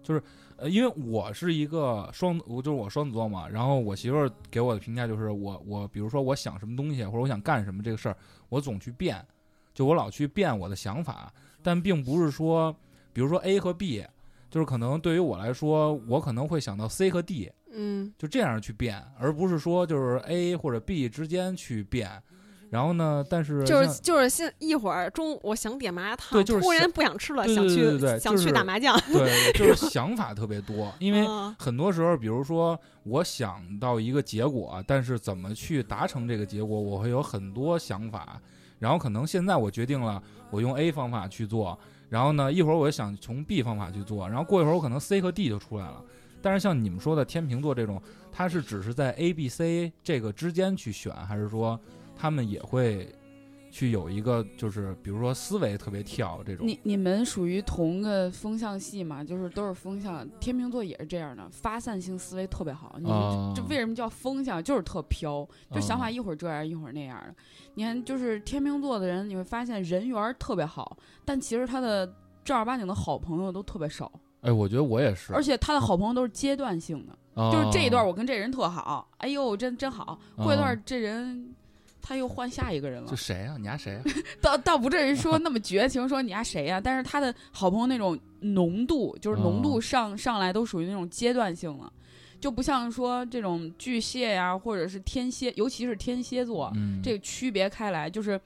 Speaker 7: 就是呃，因为我是一个双，我就是我双子座嘛，然后我媳妇儿给我的评价就是我我比如说我想什么东西或者我想干什么这个事儿，我总去变，就我老去变我的想法，但并不是说，比如说 A 和 B，就是可能对于我来说，我可能会想到 C 和 D，
Speaker 5: 嗯
Speaker 7: 就这样去变，而不是说就是 A 或者 B 之间去变。然后呢，但是
Speaker 5: 就
Speaker 7: 像
Speaker 5: 是就是现一会儿中午我想点麻辣烫，
Speaker 7: 对就是
Speaker 5: 突然
Speaker 7: 想
Speaker 5: 不想吃了，
Speaker 7: 对
Speaker 5: 想
Speaker 7: 对
Speaker 5: 去
Speaker 7: 对对对
Speaker 5: 想
Speaker 7: 就是
Speaker 5: 去打麻将，
Speaker 7: 对，就是想法特别多，因为
Speaker 5: 嗯
Speaker 7: 很多时候，比如说我想到一个结果，但是怎么去达成这个结果，我会有很多想法。然后可能现在我决定了，我用 A 方法去做，然后呢，一会儿我又想从 B 方法去做，然后过一会儿我可能 C 和 D 就出来了。但是像你们说的天秤座这种，他是只是在 A、B、C 这个之间去选，还是说他们也会去有一个就是比如说思维特别跳这种？
Speaker 4: 你你们属于同个风向系嘛？就是都是风向，天秤座也是这样的，发散性思维特别好。你们
Speaker 7: 啊
Speaker 4: 这为什么叫风向？就是特飘，就想
Speaker 7: 哦嗯
Speaker 4: 法一会儿这样一会儿那样的。你看，就是天秤座的人，你会发现人缘儿特别好，但其实他的正儿八经的好朋友都特别少，
Speaker 7: 哎，我觉得我也是，哦啊
Speaker 4: 而且他的好朋友都是阶段性的，就是这一段我跟这人特好，哎呦真真好，过一段这人。他又换下一个人了
Speaker 7: 哦就，谁啊？你家谁啊？
Speaker 4: 倒倒不至于说那么绝情，说你家谁呀、但是他的好朋友那种浓度，就是浓度
Speaker 7: 哦
Speaker 4: 上、上来都属于那种阶段性了，就不像说这种巨蟹呀、或者是天蝎，尤其是天蝎座，
Speaker 7: 嗯，
Speaker 4: 啊这个区别开来就是。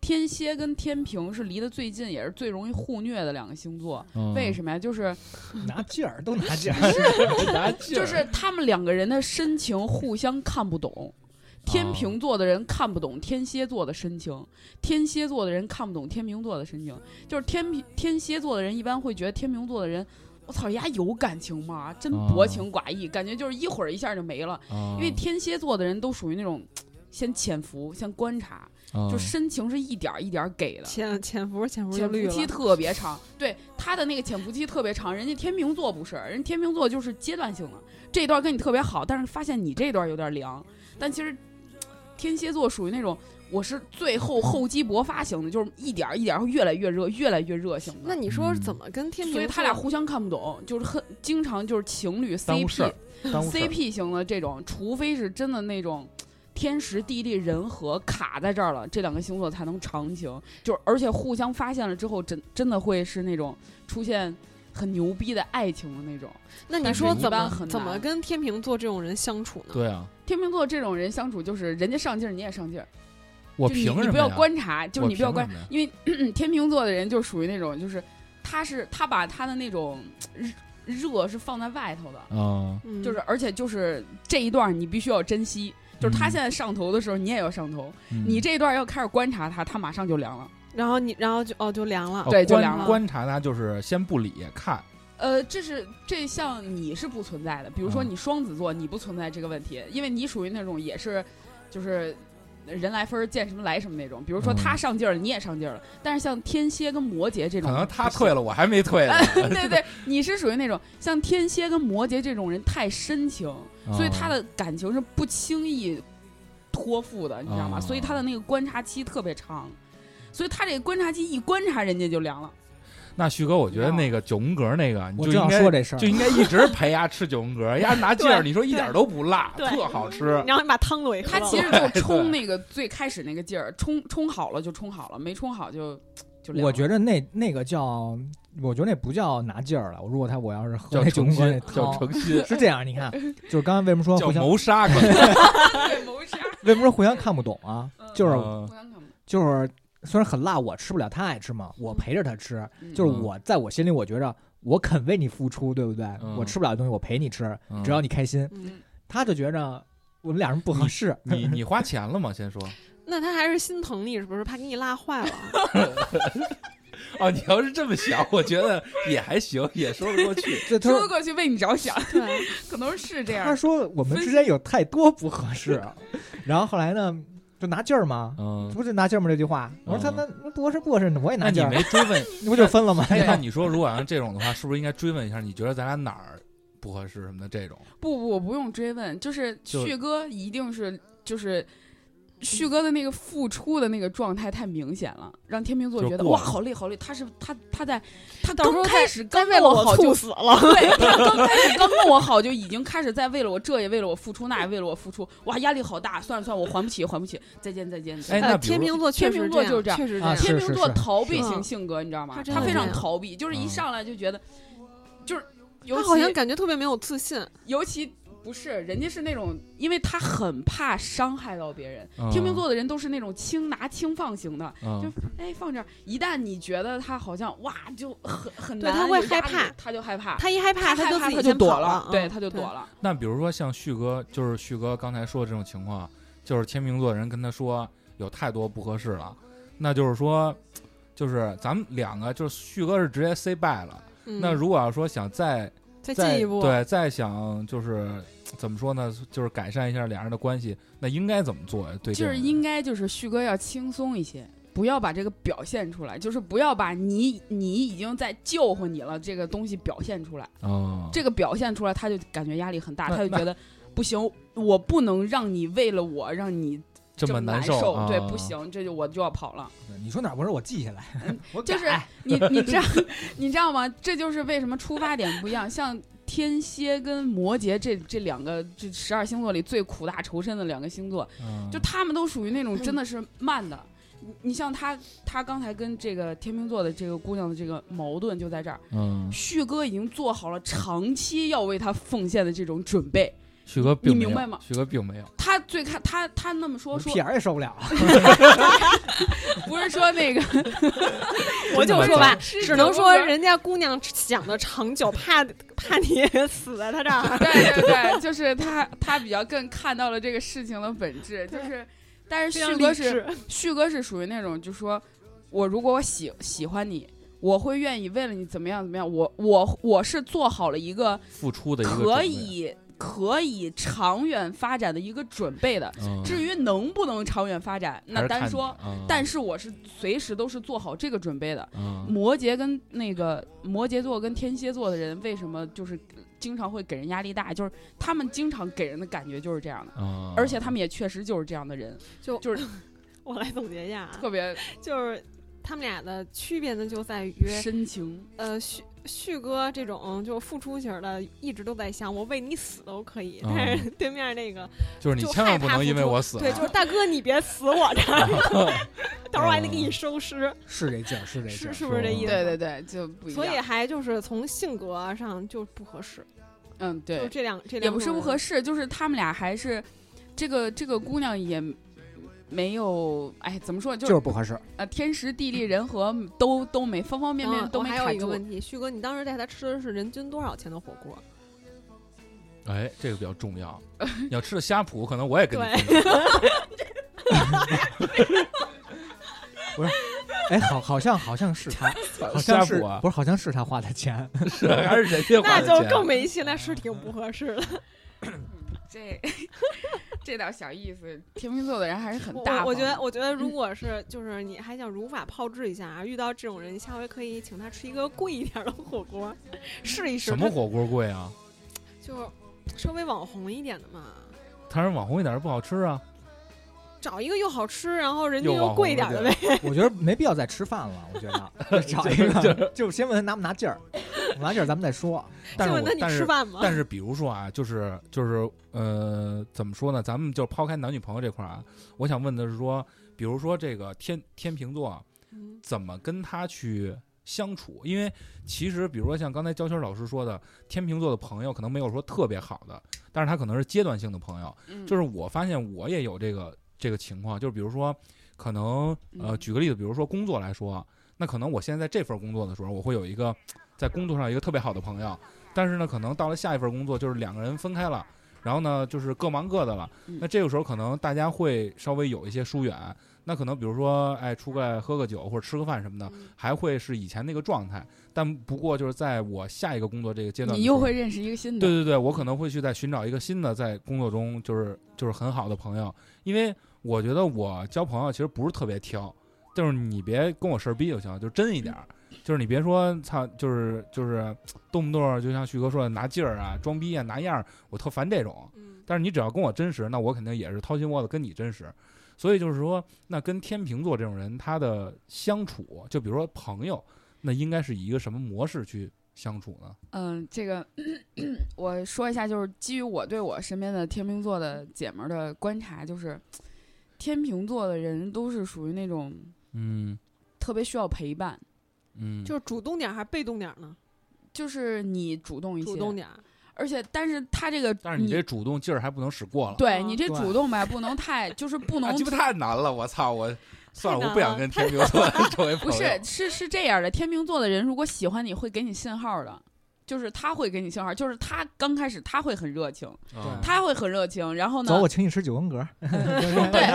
Speaker 4: 天蝎跟天平是离得最近，也是最容易互虐的两个星座。为
Speaker 7: 么？
Speaker 4: 什么呀？就是
Speaker 6: 拿劲儿都 拿劲儿，
Speaker 5: 啊
Speaker 7: 拿劲
Speaker 4: 就是他们两个人的深情互相看不懂，天秤座的人看不懂天蝎座的深情，天蝎座的人看不懂天秤座的深情。就是天平天蝎座的人一般会觉得天秤座的人，我操，人家有感情吗？真薄情寡义，感觉就是一会儿一下就没
Speaker 7: 啊嗯
Speaker 4: 了。因为天蝎座的人都属于那种。先潜伏，先观察，
Speaker 7: 嗯啊
Speaker 4: 就深情是一点儿一点儿给的，
Speaker 5: 潜潜伏潜伏就
Speaker 4: 潜
Speaker 5: 绿
Speaker 4: 伏
Speaker 5: 嗯了，
Speaker 4: 期 特别长，对他的那个潜伏期特别长。人家天秤座不是，人天秤座就是阶段性的，这一段跟你特别好，但是发现你这段有点凉。但其实天蝎座属于那种我是最 后厚积薄发型的，就是一点儿一点儿会越来越热，越来越热型的。
Speaker 5: 那你说
Speaker 7: 嗯
Speaker 5: 怎么跟天
Speaker 4: 所
Speaker 5: 平座？
Speaker 4: 以他俩互相看不懂，就是很经常就是情侣
Speaker 7: 耽误事
Speaker 4: CP
Speaker 7: 儿 耽误事儿
Speaker 4: CP 型的这种，除非是真的那种天时地利人和卡在这儿了，这两个星座才能长情。就是而且互相发现了之后，真真的会是那种出现很牛逼的爱情的那种。
Speaker 5: 那你
Speaker 4: 但是
Speaker 5: 说
Speaker 4: 一
Speaker 5: 怎
Speaker 4: 般
Speaker 5: 么
Speaker 4: 很
Speaker 5: 怎么
Speaker 4: 难
Speaker 5: 跟天平座这种人相处呢？
Speaker 7: 对啊，
Speaker 4: 天秤座这种人相处就是人家上劲儿，你也上劲儿。
Speaker 7: 我
Speaker 4: 就你
Speaker 7: 凭什
Speaker 4: 你
Speaker 7: 么
Speaker 4: 不要
Speaker 7: 呀？
Speaker 4: 观察，就是
Speaker 7: 我
Speaker 4: 你不要
Speaker 7: 凭
Speaker 4: 观
Speaker 7: 什么呀
Speaker 4: 因为 咳咳天秤座的人就属于那种，就是他是他把他的那种热热是放在外头的，
Speaker 7: 嗯，
Speaker 5: 嗯，
Speaker 4: 就是而且就是这一段你必须要珍惜，就是他
Speaker 7: 嗯
Speaker 4: 现在上头的时候你也要上头，
Speaker 7: 嗯
Speaker 4: 你这一段要开始观察他，他马上就凉了。
Speaker 5: 然后你然后就哦就凉了
Speaker 7: 哦，
Speaker 4: 对就
Speaker 7: 观
Speaker 4: 凉了
Speaker 7: 观察他就是先不理看，
Speaker 4: 呃，这是这项你是不存在的，比如说
Speaker 7: 嗯
Speaker 4: 你双子座你不存在这个问题，因为你属于那种也是就是。人来分儿见什么来什么那种，比如说
Speaker 7: 嗯
Speaker 4: 他上劲儿了，你也上劲儿了。但是像天蝎跟摩羯这
Speaker 7: 可
Speaker 4: 种，
Speaker 7: 能他退了，我还没退呢。
Speaker 4: 对对，你是属于那种像天蝎跟摩羯这种人太深情，
Speaker 6: 嗯
Speaker 4: 所以他的感情是不轻易托付的，你知道
Speaker 6: 嗯
Speaker 4: 吗？
Speaker 7: 哦
Speaker 4: 所以他的那个观察期特别长，所以他这个观察期一观察人家就凉了。
Speaker 7: 嗯，那旭哥，我觉得
Speaker 4: 嗯
Speaker 7: 那个九宫格那个，你
Speaker 6: 我
Speaker 7: 就
Speaker 6: 正
Speaker 7: 应
Speaker 6: 要
Speaker 7: 该
Speaker 6: 说这事儿
Speaker 7: 就，应该一直陪丫吃九宫格，丫拿劲儿，
Speaker 5: 对
Speaker 7: 你说一点都不辣，
Speaker 5: 对
Speaker 7: 特好
Speaker 4: 嗯
Speaker 7: 吃。
Speaker 5: 然后你把汤都给喝
Speaker 4: 他
Speaker 5: 了
Speaker 4: 其实就冲那个最开始那个劲儿，冲冲好了就冲好了，没冲好就就凉了
Speaker 6: 我觉着那那个叫，我觉得那不叫拿劲儿了。我如果他我要是喝
Speaker 7: 叫
Speaker 6: 那九
Speaker 7: 诚
Speaker 6: 宫格
Speaker 7: 心
Speaker 6: 那，
Speaker 7: 叫
Speaker 6: 汤，
Speaker 7: 诚心，
Speaker 6: 是这样。你 看，就是刚刚为什么说
Speaker 7: 叫
Speaker 6: 互相，
Speaker 7: 谋杀， 可能
Speaker 4: 对谋杀，
Speaker 6: 为什么说互相看不懂啊？就是
Speaker 7: 嗯
Speaker 4: 互相看不
Speaker 6: 就是虽然很辣，我吃不了，他爱吃嘛，我陪着他吃。
Speaker 4: 嗯
Speaker 6: 就是我在我心里，我觉着我肯为你付出，对不对？
Speaker 7: 嗯
Speaker 6: 我吃不了的东西，我陪你吃，
Speaker 7: 嗯嗯
Speaker 6: 只要你开心。
Speaker 5: 嗯
Speaker 6: 他就觉着我们俩人不合适，
Speaker 7: 你你花钱了吗？先说
Speaker 5: 那他还是心疼你是不是？怕给你辣坏了。
Speaker 7: 哦，你要是这么想，我觉得也还行，也说得过去。
Speaker 6: 这他
Speaker 4: 说
Speaker 6: 说
Speaker 4: 过去为你着想，
Speaker 5: 对，
Speaker 4: 可能是这
Speaker 6: 他
Speaker 4: 样。
Speaker 6: 说我们之间有太多不合适，然后后来呢就拿劲儿嘛，
Speaker 7: 嗯，
Speaker 6: 不是拿劲儿吗？这句话，我说他那嗯那不合适不合适呢，我也
Speaker 7: 那
Speaker 6: 拿
Speaker 7: 你
Speaker 6: 劲儿，
Speaker 7: 没追问？
Speaker 6: 那 不就分了吗？
Speaker 7: 哎，那你说如果要是这种的话，是不是应该追问一下？你觉得咱俩哪儿不合适什么的这种？
Speaker 4: 不不，我不用追问，就是
Speaker 7: 就
Speaker 4: 旭哥一定是
Speaker 5: 嗯
Speaker 4: 就是。旭哥的那个付出的那个状态太明显了，让天秤座
Speaker 7: 就
Speaker 4: 觉得
Speaker 7: 过
Speaker 4: 哇，
Speaker 7: 了
Speaker 4: 好累好累。他是他他在他
Speaker 5: 到时
Speaker 4: 刚
Speaker 5: 候
Speaker 4: 开
Speaker 5: 再
Speaker 4: 始
Speaker 5: 再
Speaker 4: 刚
Speaker 5: 为
Speaker 4: 跟
Speaker 5: 了
Speaker 4: 我好就
Speaker 5: 猝死了。
Speaker 4: 对他刚开始刚跟我好，就已经开始在为了我这也为了我付出，那也为了我付出，哇，压力好大。算了算了，我还不起，还不起，再见再见。再
Speaker 7: 哎
Speaker 4: 见
Speaker 7: 那
Speaker 5: 呃
Speaker 7: 比如
Speaker 5: 天秤座确实
Speaker 4: 天秤座就是这样
Speaker 5: 确实这
Speaker 6: 啊
Speaker 5: 样。
Speaker 6: 是
Speaker 4: 天秤座
Speaker 6: 是
Speaker 4: 逃避型
Speaker 5: 是
Speaker 4: 性格，你知道吗
Speaker 5: 他？真
Speaker 4: 他
Speaker 6: 的
Speaker 4: 非常
Speaker 6: 这样
Speaker 4: 逃避，就是一
Speaker 7: 嗯
Speaker 4: 上来就觉得，就是尤
Speaker 5: 他
Speaker 4: 其
Speaker 5: 好像感觉特别没有自信，
Speaker 4: 尤其不是，人家是那种，因为他很怕伤害到别人。
Speaker 7: 嗯
Speaker 4: 天秤座的人都是那种轻拿轻放型的，就
Speaker 7: 嗯，
Speaker 4: 哎放这儿。一旦你觉得他好像哇就很很
Speaker 5: 对
Speaker 4: 难，
Speaker 5: 他会
Speaker 4: 有压
Speaker 5: 害怕
Speaker 4: 力他就害怕，
Speaker 5: 他一害怕
Speaker 4: 害
Speaker 5: 就
Speaker 4: 怕
Speaker 5: 自己
Speaker 4: 他就
Speaker 5: 先跑
Speaker 4: 躲
Speaker 5: 了，
Speaker 4: 对，
Speaker 5: 嗯
Speaker 4: 他就躲。了。
Speaker 7: 那比如说像旭哥，就是旭哥刚才说的这种情况，就是天秤座人跟他说有太多不合适了，那就是说，就是咱们两个，就是旭哥是直接 say bye 了。
Speaker 5: 嗯
Speaker 7: 那如果要说想再
Speaker 5: 再
Speaker 7: 再
Speaker 5: 进一步，
Speaker 7: 对，再想就是怎么说呢，就是改善一下两人的关系，那应该怎么做呀？对这
Speaker 4: 就
Speaker 7: 种
Speaker 4: 是
Speaker 7: 人，
Speaker 4: 应该就是旭哥要轻松一些，不要把这个表现出来，就是不要把你你已经在救活你了这个东西表现出来。
Speaker 7: 嗯，
Speaker 4: 这个表现出来，他就感觉压力很大，
Speaker 7: 那
Speaker 4: 他就觉得不行，我不能让你为了我让你
Speaker 7: 这么
Speaker 4: 难
Speaker 7: 受，
Speaker 4: 对
Speaker 7: 啊，
Speaker 4: 不。行，这就我就要跑了。
Speaker 6: 你说哪儿不是我记下来，我改
Speaker 4: 就是 你你知道你知道吗？这就是为什么出发点不一样，像。天蝎跟摩羯这这两个这十二星座里最苦大仇深的两个星座，
Speaker 7: 嗯
Speaker 4: 就他们都属于那种真的是慢的。你你像他，他刚才跟这个天秤座的这个姑娘的这个矛盾就在这儿，
Speaker 7: 嗯，
Speaker 4: 旭哥已经做好了长期要为他奉献的这种准备。
Speaker 7: 旭哥并
Speaker 4: 你
Speaker 7: 没有
Speaker 4: 明白吗
Speaker 7: 旭哥并没有，
Speaker 4: 他最开他他那么说
Speaker 6: 我
Speaker 4: 说
Speaker 6: 屁眼儿也受不了，
Speaker 4: 不是说那个，
Speaker 5: 我就说吧，
Speaker 4: 是
Speaker 5: 只能说人家姑娘想的长久，怕怕你死在他这 儿。
Speaker 4: 对对对，就是他他比较更看到了这个事情的本质，就是但是
Speaker 5: 非常
Speaker 4: 旭哥
Speaker 5: 理
Speaker 4: 是
Speaker 5: 智
Speaker 4: 旭哥是属于那种就说，我如果我喜喜欢你。我会愿意为了你怎么样怎么样，我我我是做好了一个
Speaker 7: 付出的一个准
Speaker 4: 可
Speaker 7: 备，
Speaker 4: 以可以长远发展的一个准备的。
Speaker 7: 嗯，
Speaker 4: 至于能不能长远发展，
Speaker 7: 还
Speaker 4: 那
Speaker 7: 是看
Speaker 4: 单
Speaker 7: 你嗯
Speaker 4: 说，，但是我是随时都是做好这个准备的。
Speaker 7: 嗯
Speaker 4: 摩羯跟那个摩羯座跟天蝎座的人，为什么就是经常会给人压力大？就是他们经常给人的感觉就是这样的，
Speaker 7: 嗯，
Speaker 4: 而且他们也确实就是这样的人，
Speaker 5: 就
Speaker 4: 就是
Speaker 5: 我来总结一下啊，
Speaker 4: 特别
Speaker 5: 就是他们俩的区别呢，就在于
Speaker 4: 深情。
Speaker 5: 呃，旭旭哥这种就付出型的，一直都在想我为你死都可以，
Speaker 7: 嗯
Speaker 5: 但是对面那个
Speaker 7: 就是你
Speaker 5: 就
Speaker 7: 千
Speaker 5: 害
Speaker 7: 万不
Speaker 5: 怕
Speaker 7: 能
Speaker 5: 付
Speaker 7: 因为
Speaker 5: 出
Speaker 7: 我死啊
Speaker 5: 对，
Speaker 7: 了
Speaker 5: 就是大哥你别死我这 儿，到时候还得给你收
Speaker 7: 哦
Speaker 5: 尸，
Speaker 6: 是这劲儿，是这劲
Speaker 5: 是
Speaker 6: 儿，
Speaker 5: 是不是这意思？
Speaker 4: 对对对，就不一
Speaker 5: 所以
Speaker 4: 样。
Speaker 5: 还就是从性格上就不合适，
Speaker 4: 嗯，
Speaker 5: 就
Speaker 4: 对，
Speaker 5: 这两这两
Speaker 4: 也不是
Speaker 5: 种
Speaker 4: 不合
Speaker 5: 人，
Speaker 4: 适，就是他们俩还是这个这个姑娘也没有，哎，怎么说就
Speaker 6: 就是是不合适。
Speaker 4: 呃天时地利人和都都没方方面面
Speaker 5: 嗯
Speaker 4: 都
Speaker 5: 我
Speaker 4: 没
Speaker 5: 还有
Speaker 4: 卡
Speaker 5: 一个
Speaker 4: 住。
Speaker 5: 问题，旭哥，你当时带他吃的是人均多少钱的火锅？
Speaker 7: 哎，这个比较 重要。你要吃的呷哺，可能我也跟你
Speaker 5: 对
Speaker 7: 分享
Speaker 6: 哎，好，好像好像是他，好像是
Speaker 7: 呷哺啊
Speaker 6: 不是？好像是他花的 钱，
Speaker 7: 是啊还是人 家花
Speaker 5: 那
Speaker 7: 的
Speaker 5: 就
Speaker 7: 钱啊
Speaker 5: 更没戏，那是挺不合适的。
Speaker 4: 这 这点小意思，天秤座的人还是很
Speaker 5: 我
Speaker 4: 大方嗯
Speaker 5: 我我觉得，我觉得如果是就是你还想如法炮制一下啊，遇到这种人，下回可以请他吃一个贵一点的火锅，试一试。
Speaker 7: 什么火锅贵啊？
Speaker 5: 就稍微网红一点的嘛。
Speaker 7: 他是网红一点儿不好吃啊，
Speaker 5: 找一个又好吃，然后人家
Speaker 7: 又网
Speaker 5: 又
Speaker 7: 红
Speaker 5: 贵点儿的
Speaker 7: 的
Speaker 5: 呗。
Speaker 6: 我觉得没必要再吃饭了，我觉 得找一个，就先问他拿不拿劲儿， 不拿劲儿咱们再说。
Speaker 7: 但
Speaker 5: 就是问
Speaker 7: 我
Speaker 5: 那你
Speaker 7: 但
Speaker 5: 吃
Speaker 7: 是
Speaker 5: 饭吗？
Speaker 7: 但是比如说啊，就是就是呃，怎么说呢？咱们就抛开男女朋友这块儿啊，我想问的是说，比如说这个天天秤座啊
Speaker 5: 嗯
Speaker 7: 怎么跟他去相处？因为其实比如说像刚才焦圈老师说的，天秤座的朋友可能没有说特别好的，但是他可能是阶段性的朋友。
Speaker 4: 嗯
Speaker 7: 就是我发现我也有这个这个情况，就是比如说，可能呃，
Speaker 4: 嗯
Speaker 7: 举个例子，比如说工作来说，啊那可能我现在在这份工作的时候，我会有一个在工作上有一个特别好的朋友，但是呢，可能到了下一份工作，就是两个人分开了。然后呢，就是各忙各的了。
Speaker 4: 嗯
Speaker 7: 那这个时候可能大家会稍微有一些疏远，那可能比如说，哎，出来喝个酒或者吃个饭什么的，
Speaker 4: 嗯
Speaker 7: 还会是以前那个状态。但不过就是在我下一个工作这个阶段的时候，
Speaker 4: 你又会认识一个新
Speaker 7: 对
Speaker 4: 的，
Speaker 7: 对对，我可能会去再寻找一个新的在工作中就是就是很好的朋友，因为我觉得我交朋友其实不是特别挑，就是你别跟我事儿逼就行，就真一点儿，就是你别说操，就是就是动不动就像旭哥说的拿劲儿啊、装逼啊、拿样儿，我特烦这种。
Speaker 5: 嗯
Speaker 7: 但是你只要跟我真实，那我肯定也是掏心窝子跟你真实。所以就是说，那跟天秤座这种人，他的相处，就比如说朋友，那应该是以一个什么模式去相处呢？
Speaker 4: 嗯，这个 我说一下，就是基于我对我身边的天秤座的姐们儿的观察，就是天秤座的人都是属于那种
Speaker 7: 嗯
Speaker 4: 特别需要陪伴，
Speaker 7: 嗯
Speaker 5: 就是主动点儿还是被动点儿呢？
Speaker 4: 就是你主动一些，
Speaker 5: 主动点儿，
Speaker 4: 而且但是他这个，
Speaker 7: 但是你这主动劲儿还不能使过了，
Speaker 4: 嗯对
Speaker 5: 啊
Speaker 4: 你这
Speaker 6: 对
Speaker 4: 主动吧，不能太，就是不
Speaker 7: 啊
Speaker 4: 能
Speaker 7: 鸡巴太难了，我操！我算了，
Speaker 5: 难
Speaker 7: 我不想
Speaker 5: 了
Speaker 7: 跟天秤座成为
Speaker 4: 不
Speaker 7: 朋 友。
Speaker 4: 是，是是这样的，天秤座的人如果喜欢你，会给你信号的，就是他会给你信号，就是他刚开始他会很热情，
Speaker 7: 啊
Speaker 4: 他会很热情，然后呢
Speaker 6: 走，，我请你吃九宫格。
Speaker 7: 他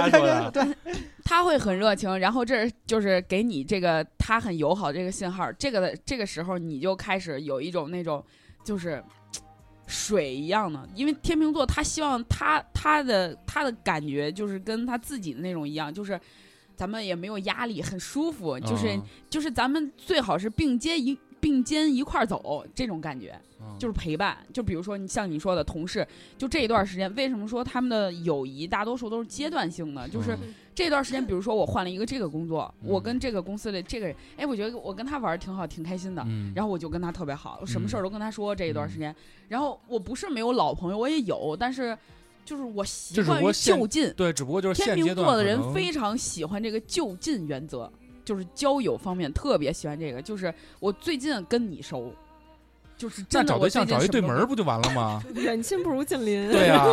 Speaker 7: 说的
Speaker 6: 对，
Speaker 4: 他会很热情，然后这是就是给你这个他很友好这个信号，这个的这个时候你就开始有一种那种就是嘖水一样的，因为天秤座他希望他他的他的感觉就是跟他自己的那种一样，就是咱们也没有压力，很舒服，就是、
Speaker 7: 嗯
Speaker 4: 就是咱们最好是并肩一并肩一块儿走这种感觉，
Speaker 7: 嗯
Speaker 4: 就是陪伴。就比如说你像你说的同事，就这一段时间，为什么说他们的友谊大多数都是阶段性的？就是
Speaker 7: 嗯
Speaker 4: 这段时间，比如说我换了一个这个工作，
Speaker 7: 嗯
Speaker 4: 我跟这个公司的这个人，哎，我觉得我跟他玩儿挺好，挺开心的。
Speaker 7: 嗯
Speaker 4: 然后我就跟他特别好，我什么
Speaker 7: 嗯
Speaker 4: 事儿都跟他说这一段时间。然后我不是没有老朋友，我也有，但是就是我习
Speaker 7: 这是
Speaker 4: 惯于
Speaker 7: 我现
Speaker 4: 就近。
Speaker 7: 对，只不过就是
Speaker 4: 天
Speaker 7: 现阶
Speaker 4: 秤
Speaker 7: 段
Speaker 4: 座的
Speaker 7: 可
Speaker 4: 人
Speaker 7: 能
Speaker 4: 非常喜欢这个就近原则，就是交友方面特别喜欢这个。就是我最近跟你熟，就是
Speaker 7: 那
Speaker 4: 真的
Speaker 7: 找
Speaker 4: 我最
Speaker 7: 对象
Speaker 4: 近
Speaker 7: 找一
Speaker 4: 什
Speaker 7: 对
Speaker 4: 么
Speaker 7: 门
Speaker 4: 都
Speaker 7: 儿不就完了吗？
Speaker 5: 远亲不如近邻。
Speaker 7: 对呀，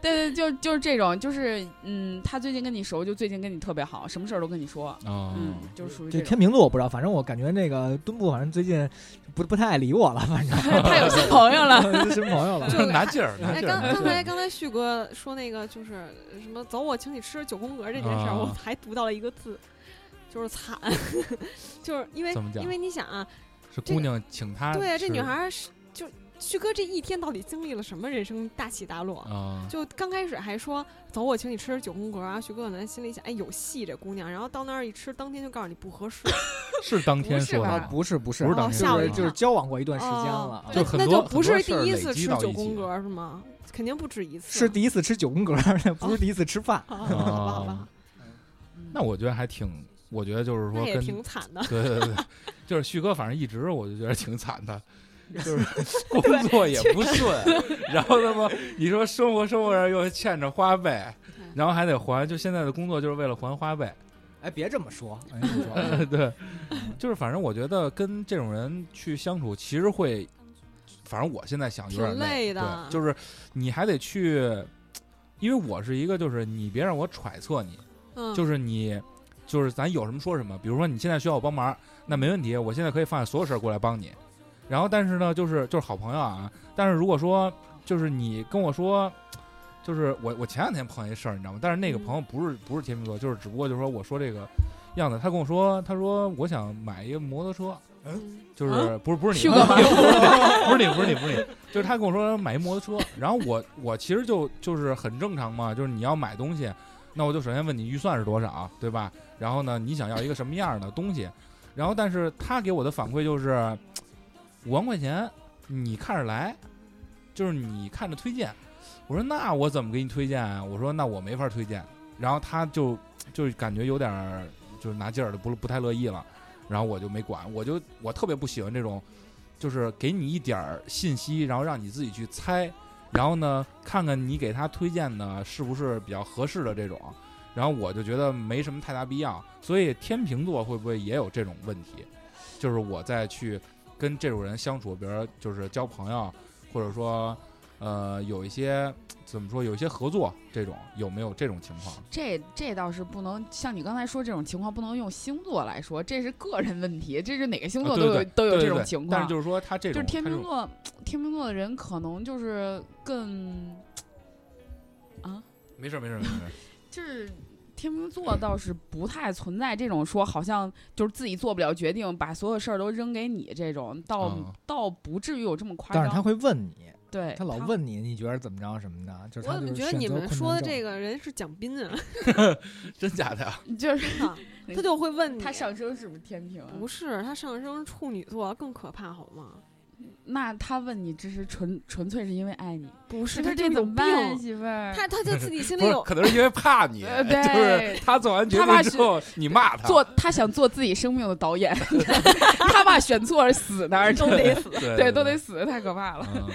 Speaker 4: 对对，就就是这种，就是嗯，他最近跟你熟，就最近跟你特别好，什么事儿都跟你说，
Speaker 7: 啊
Speaker 4: 嗯，就是属于
Speaker 6: 这
Speaker 4: 这
Speaker 6: 天
Speaker 4: 种。
Speaker 6: 秤座我不知道，反正我感觉那个墩布，反正最近不不太爱理我了，反正
Speaker 4: 他有新朋友了，
Speaker 6: 是新朋友了。
Speaker 5: 就
Speaker 7: 拿劲儿，拿
Speaker 5: 哎，
Speaker 7: 劲儿，
Speaker 5: 刚刚
Speaker 7: 拿劲
Speaker 5: 才
Speaker 7: 儿。
Speaker 5: 刚才旭哥说那个就是呃什么走我请你吃九宫格这件事儿，
Speaker 7: 啊
Speaker 5: 我还读到了一个字，就是惨， 就是因为
Speaker 7: 怎么讲
Speaker 5: 因为你想啊，
Speaker 7: 是
Speaker 5: 这
Speaker 7: 姑
Speaker 5: 个
Speaker 7: 娘请他吃，
Speaker 5: 对啊，这女孩儿是就旭哥这一天到底经历了什么人生大起大落？
Speaker 7: 啊，
Speaker 5: 就刚开始还说走，我请你吃九宫格啊，旭哥可能心里想，哎，有戏这姑娘。然后到那儿一吃，当天就告诉你不合 适，
Speaker 7: 是当
Speaker 4: 不
Speaker 7: 天
Speaker 4: 是
Speaker 7: 说
Speaker 4: 吧
Speaker 6: 啊
Speaker 7: 的，吗，
Speaker 6: 不是不是
Speaker 7: 不是，当
Speaker 5: 哦
Speaker 7: 天
Speaker 5: 吓
Speaker 7: 说
Speaker 5: 我
Speaker 6: 就
Speaker 5: 一
Speaker 6: 是
Speaker 7: 的
Speaker 6: 就是
Speaker 5: 跳
Speaker 6: 交往过一段时间
Speaker 5: 哦
Speaker 6: 了，啊
Speaker 7: 就很
Speaker 5: 那
Speaker 7: 多
Speaker 5: 就
Speaker 7: 很
Speaker 5: 不
Speaker 7: 多
Speaker 5: 是
Speaker 7: 事
Speaker 5: 第
Speaker 7: 儿累
Speaker 5: 次
Speaker 7: 积
Speaker 5: 吃
Speaker 7: 到
Speaker 5: 九
Speaker 7: 一起
Speaker 5: 宫格是吗？肯定不止一次，
Speaker 6: 是第一次吃九宫格，不是第一次吃饭。
Speaker 5: 啊， 好吧好吧，
Speaker 7: 那我觉得还挺，我觉得就是
Speaker 5: 那
Speaker 7: 说
Speaker 5: 也
Speaker 7: 跟
Speaker 5: 挺惨的。
Speaker 7: 对对对，就是旭哥，反正一直我就觉得挺惨的， 就是工作也不顺，然后他妈你说生活生活上又欠着花呗，
Speaker 5: 嗯
Speaker 7: 然后还得还，就现在的工作就是为了还花呗。
Speaker 6: 哎，别这么说，哎别这么 说
Speaker 7: 对，就是反正我觉得跟这种人去相处，其实会，反正我现在想有点
Speaker 5: 挺
Speaker 7: 累
Speaker 5: 累的
Speaker 7: 对就是你还得去，因为我是一个就是你别让我揣测你，
Speaker 5: 嗯，
Speaker 7: 就是你，就是咱有什么说什么。比如说你现在需要我帮忙，那没问题，我现在可以放下所有事儿过来帮你。然后，但是呢，就是就是好朋友啊。但是如果说就是你跟我说，就是我我前两天碰见一事儿，你知道吗？但是那个
Speaker 5: 嗯
Speaker 7: 朋友不是不是天秤座，就是只不过就是说我说这个样子，他跟我说，他说我想买一个摩托车，
Speaker 5: 嗯
Speaker 7: 就是不是不是你，
Speaker 4: 啊去
Speaker 7: 不
Speaker 4: 过
Speaker 7: 是
Speaker 4: 吗
Speaker 7: 你，不是你，不是你，不是你，就是他跟我说买一摩托车，然后我我其实就就是很正常嘛，就是你要买东西，那我就首先问你预算是多少，对吧？然后呢，你想要一个什么样的东西？然后但是他给我的反馈就是五万块钱，你看着来，就是你看着推荐。我说那我怎么给你推荐啊？我说那我没法推荐。然后他就就感觉有点儿就是拿劲儿了，不不太乐意了，然后我就没管，我就我特别不喜欢这种，就是给你一点儿信息，然后让你自己去猜，然后呢看看你给他推荐的是不是比较合适的这种，然后我就觉得没什么太大必要，所以天秤座会不会也有这种问题？就是我在去跟这种人相处，比如说就是交朋友，或者说呃有一些怎么说有一些合作这种，有没有这种情况？
Speaker 4: 这这倒是不能像你刚才说这种情况，不能用星座来说，这是个人问题，这是哪个星座
Speaker 7: 啊
Speaker 4: 都
Speaker 7: 对
Speaker 4: 有、
Speaker 7: 对
Speaker 4: 都有
Speaker 7: 对
Speaker 4: 这
Speaker 7: 对
Speaker 4: 种
Speaker 7: 对
Speaker 4: 情
Speaker 7: 但
Speaker 4: 况
Speaker 7: 是。就是说他这
Speaker 4: 就
Speaker 7: 种
Speaker 4: 是天
Speaker 7: 他这
Speaker 4: 秤
Speaker 7: 种
Speaker 4: 座，天秤座的人可能就是更，
Speaker 7: 没事儿没事儿没事儿，
Speaker 4: 就是天秤座倒是不太存在这种说好像就是自己做不了决定，把所有事儿都扔给你这种，倒、
Speaker 7: 嗯
Speaker 4: 倒不至于有这么夸张。
Speaker 6: 但是他会问你，
Speaker 4: 对
Speaker 6: 他老，问你，你觉得怎么着什么的，就是
Speaker 5: 我
Speaker 6: 他
Speaker 5: 怎么觉
Speaker 6: 就是
Speaker 5: 得
Speaker 6: 选
Speaker 5: 你
Speaker 6: 择
Speaker 5: 们
Speaker 6: 困
Speaker 5: 说
Speaker 6: 难
Speaker 5: 的
Speaker 6: 症
Speaker 5: 这个人是蒋斌 啊？
Speaker 7: 真假的呀？啊
Speaker 4: 就是
Speaker 5: 他就会问你，
Speaker 4: 他上升是不是天平啊？
Speaker 5: 不是他上升处女座更可怕好吗？
Speaker 4: 那他问你，这是纯纯粹是因为爱你，
Speaker 5: 不是，
Speaker 4: 不
Speaker 5: 他
Speaker 4: 是
Speaker 5: 就
Speaker 4: 这怎
Speaker 5: 有
Speaker 4: 么
Speaker 5: 病，
Speaker 4: 办啊，媳妇儿？
Speaker 5: 他他就自 己心里
Speaker 7: 不是，
Speaker 5: 有
Speaker 7: 可能是因为怕你，
Speaker 4: 呃
Speaker 7: 就
Speaker 4: 对
Speaker 7: 是他做完决
Speaker 4: 他怕
Speaker 7: 定之后你骂他，
Speaker 4: 做他想做自己生命的导 演，他怕选错了死那儿，都得死，
Speaker 7: 对
Speaker 4: 对，都得死，太可怕了。
Speaker 7: 嗯，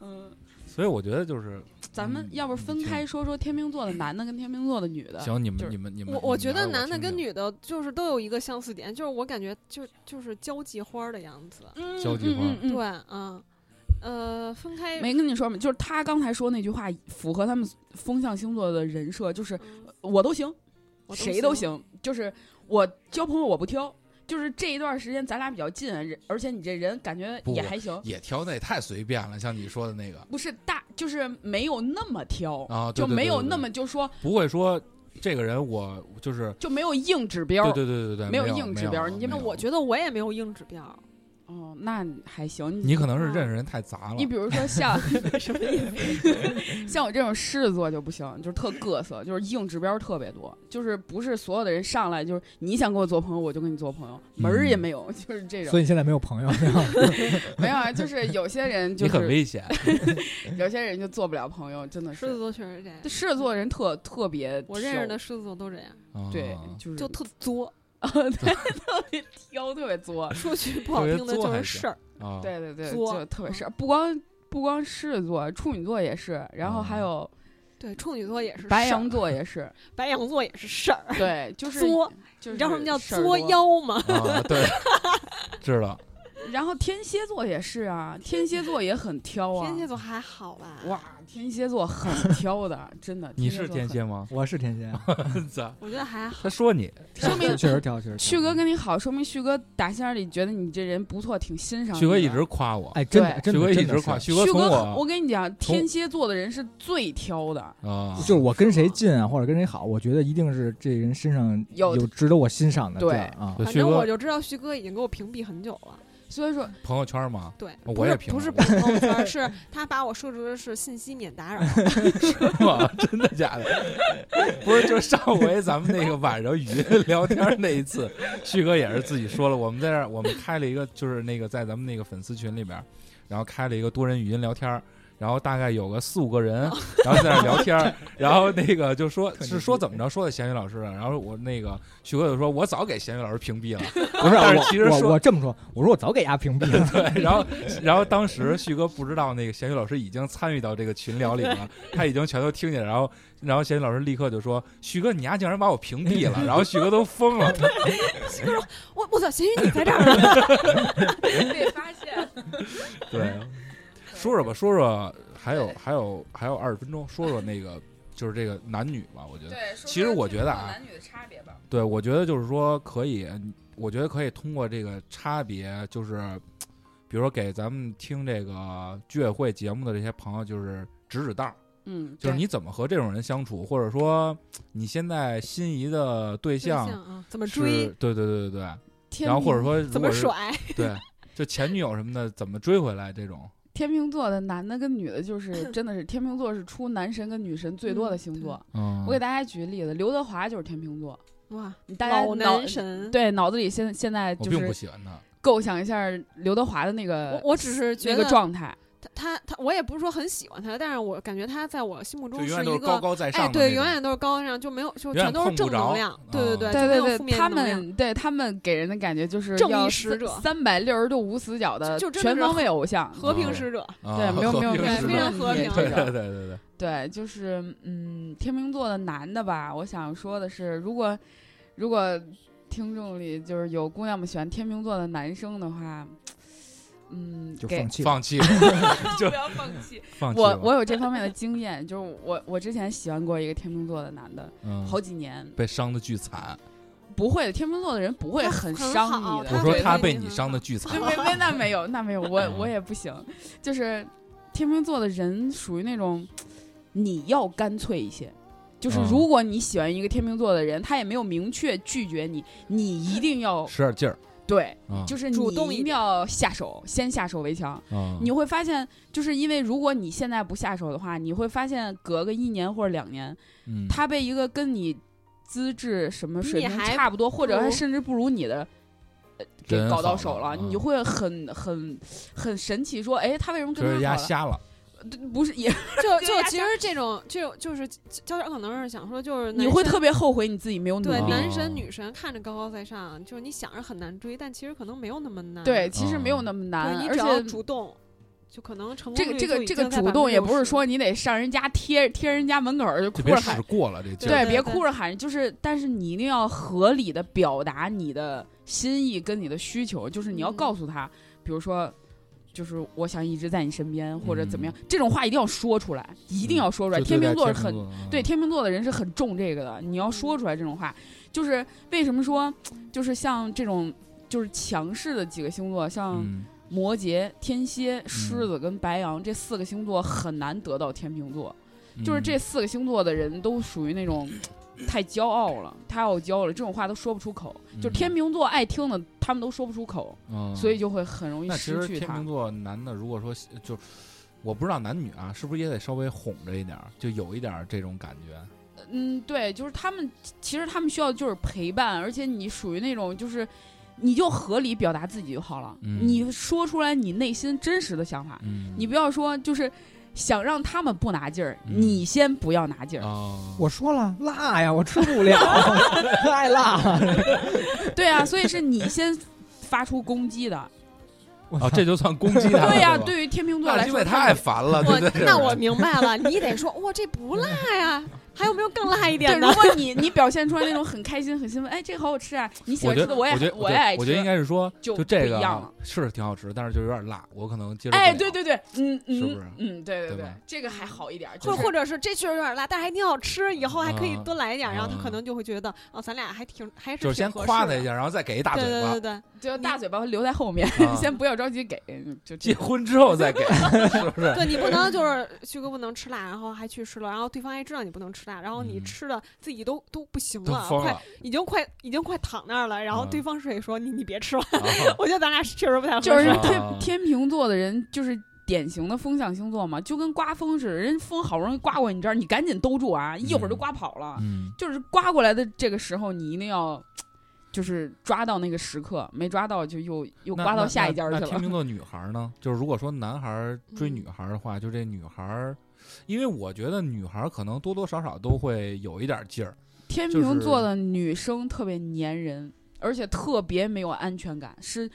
Speaker 4: 嗯，
Speaker 7: 所以我觉得 就是
Speaker 4: 咱
Speaker 7: 嗯
Speaker 4: 们要不分开说说天秤座的男的跟天秤座的女的？
Speaker 7: 行，你们、
Speaker 4: 呃就是
Speaker 7: 你们你们，
Speaker 5: 我
Speaker 7: 你
Speaker 5: 我
Speaker 7: 们
Speaker 5: 觉得
Speaker 7: 聊
Speaker 5: 男的
Speaker 7: 听
Speaker 5: 跟
Speaker 7: 啊听
Speaker 5: 女的就是都有一个相似点，就是我感觉就就是交际花儿的样子。
Speaker 4: 嗯
Speaker 7: 交际
Speaker 4: 嗯
Speaker 7: 花
Speaker 4: 嗯嗯
Speaker 5: 对，嗯，呃，分开
Speaker 4: 没跟你说吗？就是他刚才说那句话符合他们风象星座的人设，就是
Speaker 5: 嗯
Speaker 4: 我都行，
Speaker 5: 我都
Speaker 4: 谁都行，就是我交朋友我不挑。就是这一段时间咱俩比较近，人而且你这人感觉
Speaker 7: 不
Speaker 4: 也还行，
Speaker 7: 也挑那也太随便了，像你说的那个
Speaker 4: 不是大，就是没有那么挑，
Speaker 7: 啊，对
Speaker 4: 就
Speaker 7: 对
Speaker 4: 没
Speaker 7: 对
Speaker 4: 有
Speaker 7: 对
Speaker 4: 那么就说
Speaker 7: 不会说这个人我就是
Speaker 4: 就没有硬指标
Speaker 7: 对。对对对对，
Speaker 4: 没有
Speaker 7: 有啊
Speaker 4: 硬指标你就
Speaker 7: 没
Speaker 5: 那
Speaker 7: 有
Speaker 5: 我觉得我也没有硬指标儿，
Speaker 4: 哦，那还行。
Speaker 7: 你可能是认识人太杂了
Speaker 4: 嗯你，比如说 像什么意思？ 像我这种狮子座就不行，就是特各色，就是硬指标特别多，就是不是所有的人上来就是你想跟我做朋友，我就跟你做朋友，
Speaker 7: 嗯
Speaker 4: 门儿也没有，就是这
Speaker 6: 所
Speaker 4: 种。
Speaker 6: 以现在没有朋友，
Speaker 4: 没有啊，就是有些人就
Speaker 7: 你很
Speaker 4: 是
Speaker 7: 危险，
Speaker 4: 有些人就做不了朋友，真的
Speaker 5: 狮子
Speaker 4: 是。
Speaker 5: 座确实是这样。
Speaker 4: 狮子座人特特别挑，
Speaker 5: 我认识的狮子座都这样，
Speaker 7: 啊
Speaker 4: 对，就是
Speaker 5: 就特作，
Speaker 4: 对 特别挑，特别作。
Speaker 5: 说句不好
Speaker 7: 特别
Speaker 5: 听的
Speaker 7: 作
Speaker 5: 就
Speaker 7: 还
Speaker 5: 是
Speaker 7: 行
Speaker 5: 事儿。
Speaker 7: 啊，
Speaker 4: 对对对，
Speaker 5: 作
Speaker 4: 就特
Speaker 7: 嗯
Speaker 4: 别是不光不光狮子座，处女座也是，然后还
Speaker 7: 哦
Speaker 4: 有
Speaker 5: 对，处女座也是
Speaker 4: 白
Speaker 5: 事儿
Speaker 4: 羊， 座也是，
Speaker 5: 白羊座也是事儿。
Speaker 4: 对，就是
Speaker 5: 作，
Speaker 4: 就是
Speaker 5: 你知道什么叫
Speaker 4: 事儿
Speaker 5: 作
Speaker 4: 多
Speaker 5: 妖 吗？
Speaker 7: 啊，对，知道，
Speaker 4: 然后天蝎座也是啊，天蝎座也很挑啊。
Speaker 5: 天蝎座还好吧？
Speaker 4: 哇，天蝎座很挑的，真的。
Speaker 7: 你是
Speaker 4: 座
Speaker 7: 天
Speaker 4: 很
Speaker 7: 蝎吗？
Speaker 6: 我是天蝎，
Speaker 7: 咋？
Speaker 5: 我觉得还 好。
Speaker 7: 他说你
Speaker 4: 说明
Speaker 6: 确实挑，确实挑
Speaker 4: 旭哥跟你好，说明旭哥打心眼里觉得你这人不错，挺欣赏你的。
Speaker 7: 旭哥一直夸我，
Speaker 6: 哎，真的
Speaker 4: 对
Speaker 6: 真
Speaker 7: 旭哥
Speaker 6: 的
Speaker 7: 一
Speaker 6: 真的
Speaker 7: 直
Speaker 6: 是
Speaker 7: 夸，旭
Speaker 4: 旭
Speaker 7: 哥从
Speaker 4: 我，
Speaker 7: 我
Speaker 4: 跟你讲，
Speaker 7: 从
Speaker 4: 天蝎座的人是最挑的。
Speaker 7: 啊，
Speaker 6: 就是我跟谁近啊，或者跟谁好，我觉得一定是这人身上
Speaker 4: 有
Speaker 6: 有值得我欣赏的地
Speaker 4: 对
Speaker 6: 儿 啊。
Speaker 7: 对
Speaker 5: 反
Speaker 7: 旭
Speaker 5: 正
Speaker 7: 哥
Speaker 5: 我就知道旭哥已经给我屏蔽很久了。
Speaker 4: 所以 说，
Speaker 7: 朋友圈嘛，
Speaker 5: 对，
Speaker 7: 我
Speaker 5: 不
Speaker 7: 也
Speaker 5: 是
Speaker 7: 屏
Speaker 5: 不是
Speaker 7: 蔽
Speaker 5: 不 是朋友圈，是他把我设置的是信息免打扰。
Speaker 7: 是 吗？真的假的？不是，就上回咱们那个晚上语音 聊天那一次，旭哥也是自己说了，我们在这儿我们开了一个，就是那个在咱们那个粉丝群里边儿，然后开了一个多人语音聊天儿。然后大概有个四五个人，然后在那儿聊天儿，然后那个就说是说怎么着，说的咸鱼老师了，然后我那个旭哥就说，我早给咸鱼老师屏蔽了，
Speaker 6: 不是啊，
Speaker 7: 但是
Speaker 6: 我
Speaker 7: 其实说
Speaker 6: 我我这么说，我说我早给丫屏蔽 了，
Speaker 7: 对，然后然后当时旭哥不知道那个咸鱼老师已经参与到这个群聊里了，他已经全都听见了，然后然后咸鱼老师立刻就说：“旭哥，你丫竟然把我屏蔽了！”然后旭哥都疯了，
Speaker 5: 旭哥说：“ 我我操，咸鱼你在这儿啊 呢
Speaker 4: 被发现。
Speaker 7: 对，说说吧，说说还有还有还有二十分钟，说说那个就是这个男女吧，我觉得，
Speaker 4: 对，
Speaker 7: 其实我觉得啊
Speaker 4: 男女的差别吧。
Speaker 7: 对我觉得就是说可以，我觉得可以通过这个差别，就是比如说给咱们听这个居委会节目的这些朋友，就是指指道儿。
Speaker 4: 嗯，
Speaker 7: 就是
Speaker 4: 对
Speaker 7: 你怎么和这种人相处，或者说你现在心仪的对？”
Speaker 5: 对 象
Speaker 7: 象
Speaker 5: 啊，怎么
Speaker 7: 是，
Speaker 5: 追，
Speaker 7: 对对对对对，
Speaker 4: 天
Speaker 7: 然后或者
Speaker 4: 秤
Speaker 7: 说如
Speaker 5: 怎么
Speaker 7: 果是
Speaker 5: 甩，
Speaker 7: 对，就前女友什么的怎么追回来这种，
Speaker 4: 天秤座的男的跟女的，就是 真的是天秤座是出男神跟女神最多的星座。
Speaker 7: 嗯，
Speaker 4: 我给大家举个例子，刘德华就是天秤座，
Speaker 5: 哇，
Speaker 4: 你大家
Speaker 5: 老
Speaker 4: 脑
Speaker 5: 男神。
Speaker 4: 对脑子里现现在
Speaker 7: 我
Speaker 4: 就
Speaker 7: 并不
Speaker 4: 是
Speaker 7: 喜欢他，
Speaker 4: 构想一下刘德华的那个
Speaker 5: 我我只是觉
Speaker 4: 呃那
Speaker 5: 得
Speaker 4: 个状态，
Speaker 5: 他他他，我也不是说很喜欢他，但是我感觉他在我心目中
Speaker 7: 就永远
Speaker 5: 一
Speaker 7: 都是
Speaker 5: 个
Speaker 7: 高高在上
Speaker 5: 哎，
Speaker 7: 的那种，
Speaker 5: 对，永远都是高大上，就没有就
Speaker 7: 远
Speaker 5: 全都是
Speaker 7: 碰不
Speaker 5: 正能
Speaker 7: 着
Speaker 5: 量，对
Speaker 7: 啊
Speaker 5: 对对，
Speaker 4: 对
Speaker 5: 就没
Speaker 4: 对
Speaker 5: 有
Speaker 4: 对
Speaker 5: 负，面
Speaker 4: 他
Speaker 5: 能量
Speaker 4: 们对他们给人的感觉就是
Speaker 5: 正义
Speaker 4: 要
Speaker 5: 使者
Speaker 4: 三百六十度无死角的
Speaker 5: 就就真的
Speaker 4: 全
Speaker 5: 是
Speaker 4: 方位偶像，
Speaker 5: 和
Speaker 7: 哦
Speaker 5: 平使者，
Speaker 7: 啊
Speaker 4: 对，没有
Speaker 7: 和
Speaker 4: 没有
Speaker 7: 平
Speaker 5: 对
Speaker 7: 时
Speaker 5: 非
Speaker 7: 代
Speaker 5: 常和平
Speaker 4: 这
Speaker 7: 对对
Speaker 4: 种
Speaker 7: 对对对，
Speaker 4: 对，就是嗯，天秤座的男的吧，我想说的是，如果如果听众里就是有姑娘们喜欢天秤座的男生的话，嗯，
Speaker 6: 就
Speaker 4: 给
Speaker 6: 放弃了。
Speaker 7: 放 弃 就
Speaker 4: 不要放弃。
Speaker 7: 放弃
Speaker 4: 我
Speaker 7: 吧
Speaker 4: 我有这方面的经验，就是我我之前喜欢过一个天秤座的男的，
Speaker 7: 嗯
Speaker 4: 好几年。
Speaker 7: 被伤的巨惨，
Speaker 4: 不会的，天秤座的人不会
Speaker 5: 他
Speaker 4: 很
Speaker 5: 很
Speaker 4: 伤
Speaker 5: 好
Speaker 4: 你的。
Speaker 5: 他
Speaker 7: 我
Speaker 5: 对
Speaker 7: 说
Speaker 5: 对
Speaker 7: 他
Speaker 5: 对
Speaker 7: 被
Speaker 5: 你
Speaker 7: 你
Speaker 5: 很
Speaker 7: 伤的
Speaker 5: 好
Speaker 7: 巨惨
Speaker 4: 没，没没，那没有，那没有，我
Speaker 7: 嗯
Speaker 4: 我也不行。就是天秤座的人属于那种，你要干脆一些。就是
Speaker 7: 嗯
Speaker 4: 如果你喜欢一个天秤座的人，他也没有明确拒绝你，你一定要
Speaker 7: 使点劲儿
Speaker 4: 对，
Speaker 7: 啊，
Speaker 4: 就是
Speaker 5: 主
Speaker 4: 你
Speaker 5: 动一嗯
Speaker 4: 一定要下手，先下手为强。
Speaker 7: 啊
Speaker 4: 你会发现，就是因为如果你现在不下手的话，你会发现隔个一年或者两年，
Speaker 7: 嗯
Speaker 4: 他被一个跟你资质什么水
Speaker 5: 你
Speaker 4: 平
Speaker 5: 还
Speaker 4: 差不多，或者
Speaker 5: 不
Speaker 4: 他
Speaker 5: 如
Speaker 4: 甚至不如你的，呃给
Speaker 7: 人
Speaker 4: 搞到
Speaker 7: 好
Speaker 4: 手
Speaker 7: 了
Speaker 4: 了，你
Speaker 7: 嗯
Speaker 4: 会很很很神奇，说，哎，他为什么
Speaker 7: 就
Speaker 4: 跟
Speaker 7: 是
Speaker 4: 他
Speaker 7: 压
Speaker 4: 好了？
Speaker 7: 瞎了，
Speaker 4: 对不是也，
Speaker 5: 就
Speaker 4: 对
Speaker 5: 就
Speaker 4: 呀
Speaker 5: 其实这种这种就是焦点可能是想说就是
Speaker 4: 你
Speaker 5: 男
Speaker 4: 会
Speaker 5: 生
Speaker 4: 特别后悔你自己没有努
Speaker 5: 对
Speaker 4: 力。
Speaker 5: 男
Speaker 7: 哦
Speaker 5: 神女神看着高高在上，就是你想着很难追，但其实可能没有那么难。
Speaker 4: 对，
Speaker 5: 对
Speaker 4: 其实没
Speaker 7: 嗯
Speaker 4: 有那么难，
Speaker 5: 你
Speaker 4: 而
Speaker 5: 只要
Speaker 4: 且
Speaker 5: 主动，就可能成功
Speaker 4: 这个
Speaker 5: 率
Speaker 4: 这
Speaker 5: 就
Speaker 4: 个
Speaker 5: 已
Speaker 4: 这个
Speaker 5: 经在
Speaker 4: 主动也不是
Speaker 5: 60%
Speaker 4: 说你得上人家贴贴人家门口儿就
Speaker 7: 就
Speaker 4: 哭
Speaker 7: 别
Speaker 4: 着
Speaker 7: 使
Speaker 4: 喊，
Speaker 7: 过了这劲
Speaker 4: 对，
Speaker 7: 儿，
Speaker 4: 别
Speaker 5: 对
Speaker 4: 哭着喊，就是但是你一定要合理的表达你的心意跟你的需求，就是你要
Speaker 5: 嗯
Speaker 4: 告诉他，比如说。就是我想一直在你身边，或者怎么样
Speaker 7: 嗯，
Speaker 4: 这种话一定要说出来，一定
Speaker 7: 嗯
Speaker 4: 要说出来。
Speaker 7: 就
Speaker 4: 天
Speaker 7: 对
Speaker 4: 秤
Speaker 7: 待
Speaker 4: 座是
Speaker 7: 天
Speaker 4: 很
Speaker 7: 秤座的
Speaker 4: 对
Speaker 7: 嗯
Speaker 4: 天秤座的人是很重这个的，你要说出来这种话，就是为什么说，就是像这种就是强势的几个星座，像
Speaker 7: 嗯
Speaker 4: 摩羯、天蝎、狮子跟白羊这四个星座很难得到天秤座，就是这
Speaker 7: 嗯
Speaker 4: 四个星座的人都属于那种太骄傲了，太傲娇了，这种话都说不出口。就
Speaker 7: 嗯
Speaker 4: 天秤座爱听的，他们都说不出口，
Speaker 7: 嗯
Speaker 4: 所以就会很容易
Speaker 7: 那其
Speaker 4: 失
Speaker 7: 实
Speaker 4: 去
Speaker 7: 天
Speaker 4: 他
Speaker 7: 秤。座男的，如果说就我不知道男女啊，是不是也得稍微哄着一点儿，就有一点儿这种感觉？
Speaker 4: 嗯，对，就是他们，其实他们需要就是陪伴，而且你属于那种就是，你就合理表达自己就好了，
Speaker 7: 嗯
Speaker 4: 你说出来你内心真实的想法，
Speaker 7: 嗯
Speaker 4: 你不要说就是想让他们不拿劲儿，
Speaker 7: 嗯
Speaker 4: 你先不要拿劲儿。
Speaker 7: 啊，
Speaker 6: 我说了，辣呀，我吃不了， 太辣了。
Speaker 4: 对啊，所以是你先发出攻击 的。
Speaker 7: 啊，这就算攻击他了。
Speaker 4: 对呀、啊
Speaker 7: 吧
Speaker 4: 对于天秤座
Speaker 7: 那
Speaker 4: 来
Speaker 7: 因
Speaker 4: 说，
Speaker 7: 为
Speaker 4: 他
Speaker 7: 太
Speaker 4: 们
Speaker 7: 烦了，
Speaker 5: 我
Speaker 7: 啊对不对？
Speaker 5: 那我明白了，你得说哇，这不辣呀，还有没有更辣一
Speaker 4: 对，
Speaker 5: 点
Speaker 4: 如
Speaker 5: 的？
Speaker 4: 果你你表现出来那种很开心、很兴奋，哎，这个好好吃啊，你喜
Speaker 7: 我
Speaker 4: 欢
Speaker 7: 觉
Speaker 4: 吃
Speaker 7: 得，
Speaker 4: 的
Speaker 7: 我
Speaker 4: 也
Speaker 7: 觉得，
Speaker 4: 我
Speaker 7: 觉
Speaker 4: 也
Speaker 7: 得
Speaker 4: 爱吃，
Speaker 7: 我觉得应该是说，
Speaker 4: 就
Speaker 7: 就这
Speaker 4: 不一样
Speaker 7: 个啊
Speaker 4: 了
Speaker 7: 是挺好吃，但是就有点辣，我可能接受。
Speaker 4: 哎，对，对对，嗯嗯
Speaker 7: 是不是
Speaker 4: 嗯，对
Speaker 7: 对
Speaker 4: 对
Speaker 7: 吧，
Speaker 4: 这个还好一点儿，就
Speaker 5: 或
Speaker 4: 是
Speaker 5: 或者是这确实有点辣，但是还挺好吃，以后还可以
Speaker 7: 啊
Speaker 5: 多来一点，然后
Speaker 7: 啊
Speaker 5: 他可能就会觉得哦，咱俩还挺还是
Speaker 7: 就
Speaker 5: 挺
Speaker 7: 是先
Speaker 5: 合
Speaker 7: 夸
Speaker 5: 适
Speaker 7: 他
Speaker 5: 的
Speaker 7: 一下，然后再给一大
Speaker 5: 对
Speaker 7: 嘴
Speaker 5: 对
Speaker 7: 巴
Speaker 5: 对。对，
Speaker 4: 就大嘴巴留在后面，
Speaker 7: 啊
Speaker 4: 先不要着急给，嗯就这
Speaker 7: 结
Speaker 4: 种
Speaker 7: 婚之后再给，是不 是？
Speaker 5: 对你不能就是旭哥不能吃辣，然后还去吃了，然后对方还知道你不能吃辣，然后你
Speaker 7: 嗯
Speaker 5: 吃的自己都都不行
Speaker 7: 都
Speaker 5: 了，
Speaker 7: 疯
Speaker 5: 快
Speaker 7: 了，
Speaker 5: 已经快已经快躺那儿了，然后
Speaker 7: 啊
Speaker 5: 对方是说你你别吃了，
Speaker 7: 啊
Speaker 5: 我觉得咱俩确实不太合适。
Speaker 4: 就是
Speaker 7: 啊
Speaker 4: 天天秤座的人就是。典型的风象星座嘛，就跟刮风似的，人风好不容易刮过你这儿，你赶紧兜住啊，一会儿就
Speaker 7: 嗯
Speaker 4: 刮跑了。
Speaker 7: 嗯，
Speaker 4: 就是刮过来的这个时候，你一定要就是抓到那个时刻，没抓到就又又
Speaker 7: 那
Speaker 4: 刮到
Speaker 7: 那
Speaker 4: 下
Speaker 7: 那
Speaker 4: 一家
Speaker 7: 那
Speaker 4: 去
Speaker 7: 天
Speaker 4: 了。嗯
Speaker 7: 秤座女孩呢，就是如果说男孩儿追女孩儿的话，就这女孩儿，因为我觉得女孩儿可能多多少少都会有一点劲儿，
Speaker 4: 天
Speaker 7: 就是
Speaker 4: 秤座的女生特别粘人，而且特别没有安全感，是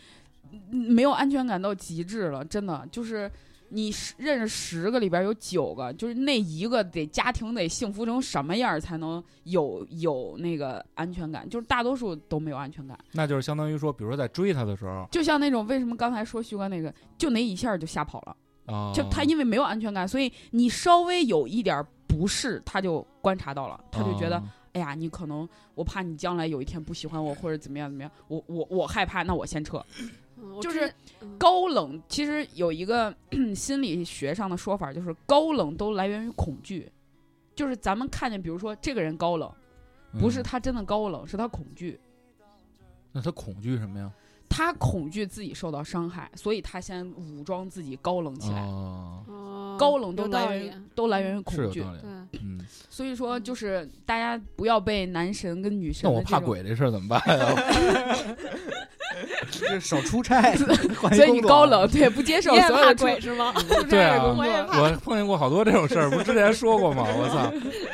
Speaker 4: 嗯没有安全感到极致了，真的就是。你十认识十个里边有九个，就是那一个得家庭得幸福成什么样儿才能有有那个安全感，就是大多数都没有安全感。
Speaker 7: 那就是相当于说，比如说在追她的时候，
Speaker 4: 就像那种为什么刚才说旭哥那个，就那一下儿就吓跑了。
Speaker 7: 啊，
Speaker 4: 就他因为没有安全感，所以你稍微有一点儿不适，他就观察到了，他就觉得，
Speaker 7: 啊
Speaker 4: 哎呀，你可能我怕你将来有一天不喜欢我或者怎么样怎么样，我我我害怕，那我先撤。
Speaker 5: 嗯我
Speaker 4: 就
Speaker 5: 之
Speaker 4: 是
Speaker 5: 前嗯
Speaker 4: 高冷其实有一个 心理学上的说法，就是高冷都来源于恐惧，就是咱们看见，比如说这个人高冷，不是
Speaker 7: 嗯
Speaker 4: 他真的高冷，是他恐惧。
Speaker 7: 那他恐惧什么呀？
Speaker 4: 他恐惧自己受到伤害，所以他先武装自己高冷起来。
Speaker 7: 哦，
Speaker 5: 哦
Speaker 4: 高冷都
Speaker 5: 有道
Speaker 4: 来
Speaker 5: 理
Speaker 4: 源于都来源于
Speaker 7: 是
Speaker 4: 恐
Speaker 7: 有
Speaker 4: 惧
Speaker 7: 道，理的。
Speaker 5: 对，
Speaker 7: 嗯，
Speaker 4: 所以说就是大家不要被男神跟女神。
Speaker 7: 那我怕，鬼这事儿怎么办啊呀？
Speaker 6: 这少出 差，
Speaker 4: 所
Speaker 6: 所
Speaker 4: 以你高 冷，对，不接受
Speaker 5: 你也
Speaker 4: 所有
Speaker 5: 怕
Speaker 4: 的出
Speaker 5: 鬼是吗？
Speaker 7: 对啊，
Speaker 5: 我也怕。
Speaker 7: 我碰见过好多这种事儿，不是之前说过吗？我 操，啊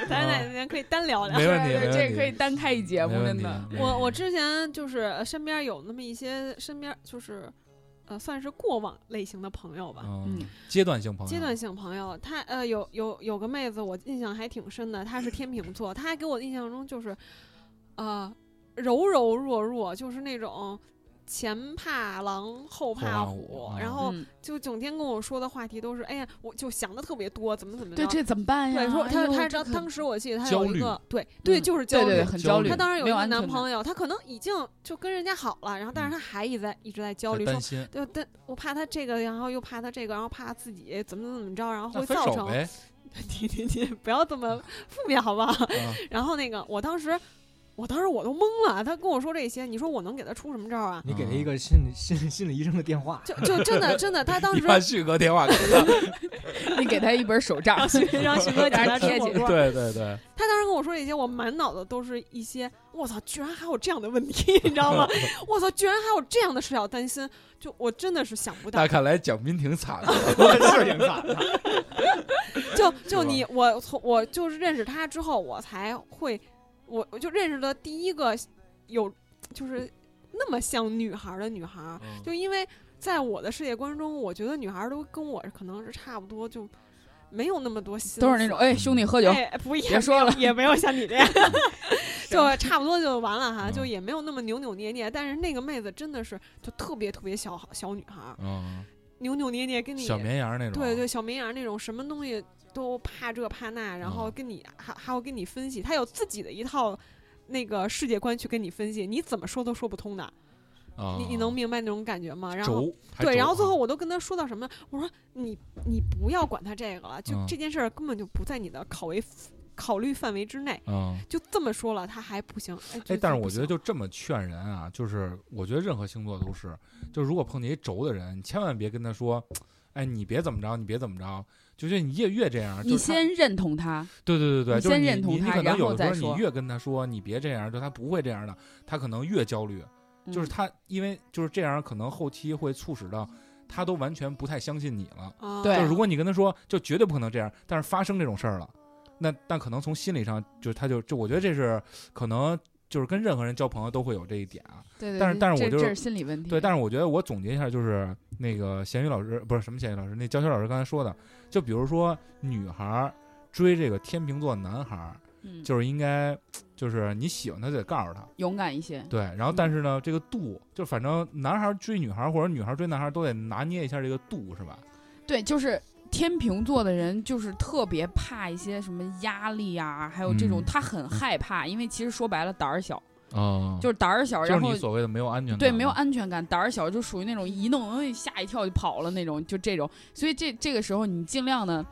Speaker 5: 咱俩
Speaker 4: 啊
Speaker 5: 今天可以单聊聊。
Speaker 7: 没问题，
Speaker 4: 对
Speaker 7: 没
Speaker 4: 对，
Speaker 7: 问
Speaker 4: 这
Speaker 7: 题，
Speaker 4: 可以单开一节目，
Speaker 7: 没问
Speaker 4: 真
Speaker 7: 题
Speaker 4: 的。。
Speaker 7: 没问
Speaker 5: 我
Speaker 7: 题
Speaker 5: 我之前就是呃身边有那么一些身边就是，呃，算是过往类型的朋友吧。
Speaker 7: 嗯
Speaker 4: 嗯，
Speaker 7: 阶段性朋友，
Speaker 5: 阶
Speaker 4: 哦
Speaker 5: 段性朋友，她呃有有有个妹子，我印象还挺深的，她是天秤座，她给我印象中就是，呃，柔柔弱弱，就是那种前怕狼后怕
Speaker 7: 怕
Speaker 5: 虎
Speaker 7: 虎，嗯
Speaker 5: 然后
Speaker 4: 嗯
Speaker 5: 就整天跟我说的话题都是，哎呀，我就想的特别多，怎么怎么着。
Speaker 4: 对，这怎么办呀？
Speaker 5: 对，说她
Speaker 4: 哎呦
Speaker 5: 她
Speaker 4: 这
Speaker 5: 当
Speaker 4: 可
Speaker 5: 当时我记得她
Speaker 7: 焦
Speaker 5: 有
Speaker 7: 虑
Speaker 5: 一个对对，
Speaker 4: 嗯
Speaker 5: 就是焦
Speaker 4: 对
Speaker 5: 虑
Speaker 4: 对，很
Speaker 7: 焦
Speaker 4: 焦
Speaker 7: 虑
Speaker 4: 虑。
Speaker 5: 她当时有一
Speaker 4: 没有
Speaker 5: 个
Speaker 4: 安全
Speaker 5: 男
Speaker 4: 感
Speaker 5: 朋友，她可能已经就跟人家好了，然后但是她还一直在一直在焦
Speaker 7: 嗯在
Speaker 5: 虑，说
Speaker 7: 担心，
Speaker 5: 就但我怕他这个，然后又怕他这个，然后怕自己怎么怎么着，然后
Speaker 7: 那
Speaker 5: 会
Speaker 7: 分
Speaker 5: 造
Speaker 7: 手
Speaker 5: 成
Speaker 7: 呗。
Speaker 5: 你你你不要这么负面好不好？
Speaker 7: 啊
Speaker 5: 然后那个我当时，我当时我都懵了，他跟我说这些，你说我能给他出什么招啊？
Speaker 6: 你给他一个心理心心理医生的 电话，
Speaker 5: 就就真的真的，他当
Speaker 7: 你
Speaker 5: 时
Speaker 7: 把旭哥电话给 他，
Speaker 4: 你给他一本手账，
Speaker 5: 让徐哥
Speaker 4: 请他吃
Speaker 5: 贴
Speaker 4: 火
Speaker 5: 紧，
Speaker 4: 锅
Speaker 7: 对对对，
Speaker 5: 他当时跟我说这些，我满脑子都是一些我操，居然还有这样的问题，你知道吗？ 我操，居然还有这样的事要担心，就我真的是想不到
Speaker 7: 那。看来蒋斌挺惨的，
Speaker 6: 是挺惨的。
Speaker 5: 就
Speaker 7: 吧
Speaker 5: 就你我从我就是认识他之后，我才会，我我就认识的第一个有就是那么像女孩儿的女孩儿，就因为在我的世界观中，我觉得女孩儿都跟我可能是差不多，就没有那么多心 思，
Speaker 4: 都是那种哎，兄弟喝酒，
Speaker 5: 哎不一
Speaker 4: 别
Speaker 5: 样。
Speaker 4: 说了，
Speaker 5: 也没有像你这 样，就差不多就完了哈，
Speaker 7: 嗯
Speaker 5: 就也没有那么扭扭捏捏。但是那个妹子真的是就特别特别小小女孩儿，
Speaker 7: 嗯，
Speaker 5: 扭扭捏捏，跟你
Speaker 7: 小绵羊那种，
Speaker 5: 对对，小绵羊那种什么东西都怕这怕那，然后
Speaker 7: 嗯
Speaker 5: 跟你还还要跟你分析，他有自己的一套那个世界观去跟你分析，你怎么说都说不通的。
Speaker 7: 啊，
Speaker 5: 你你能明白那种感觉吗？然后
Speaker 7: 轴，还
Speaker 5: 对，
Speaker 7: 轴
Speaker 5: 然后最
Speaker 7: 啊
Speaker 5: 后我都跟他说到什么，我说你你不要管他这个了，就
Speaker 7: 嗯
Speaker 5: 这件事儿根本就不在你的考为考虑范围之内，
Speaker 7: 嗯，
Speaker 5: 就这么说了，他还不行。
Speaker 7: 哎，但是
Speaker 5: 不
Speaker 7: 我觉
Speaker 5: 行
Speaker 7: 得就这么劝人啊，就是我觉得任何星座都是，就如果碰见一轴的人，你千万别跟他说，哎，你别怎么着，你别怎么着，就是你越越这样，
Speaker 4: 你
Speaker 7: 就是他
Speaker 4: 先认同他，
Speaker 7: 对对对对，
Speaker 4: 你
Speaker 7: 就是
Speaker 4: 先
Speaker 7: 你
Speaker 4: 认同
Speaker 7: 你你
Speaker 4: 他
Speaker 7: 可能
Speaker 4: 然
Speaker 7: 有
Speaker 4: 后
Speaker 7: 的时
Speaker 4: 再
Speaker 7: 候
Speaker 4: 说
Speaker 7: 你越跟他说你别这样，就他不会这样的，他可能越焦虑，就是
Speaker 4: 嗯
Speaker 7: 他因为就是这样，可能后期会促使到他都完全不太相信你了。
Speaker 5: 啊，
Speaker 4: 对
Speaker 7: 就如果你跟他说，就绝对不可能这样，但是发生这种事儿了，那但可能从心理上，就是他就就我觉得这是可能就是跟任何人交朋友都会有这一点啊。
Speaker 4: 对对，
Speaker 7: 但是
Speaker 4: 对
Speaker 7: 但是
Speaker 4: 这
Speaker 7: 我就是
Speaker 4: 这是心理问题，
Speaker 7: 对，但是我觉得我总结一下，就是那个咸鱼老师不是什么咸鱼老师，那娇小老师刚才说的，就比如说女孩儿追这个天秤座男孩儿，
Speaker 4: 嗯
Speaker 7: 就是应该就是你喜欢他就得告诉他，
Speaker 4: 勇敢一些，
Speaker 7: 对，然后但是呢，这个度就反正男孩儿追女孩儿或者女孩儿追男孩儿都得拿捏一下这个度，是吧？
Speaker 4: 对，就是天秤座的人，就是特别怕一些什么压力啊，还有这种、
Speaker 7: 嗯
Speaker 4: 他很害怕，因为其实说白了胆儿小，
Speaker 7: 哦
Speaker 4: 就是胆儿小，
Speaker 7: 就是
Speaker 4: 然后
Speaker 7: 你所谓的没有安全感，
Speaker 4: 对没有安全感，胆儿小就属于那种一弄哎吓一跳就跑了那种，就这种。所以这这个时候你尽量的。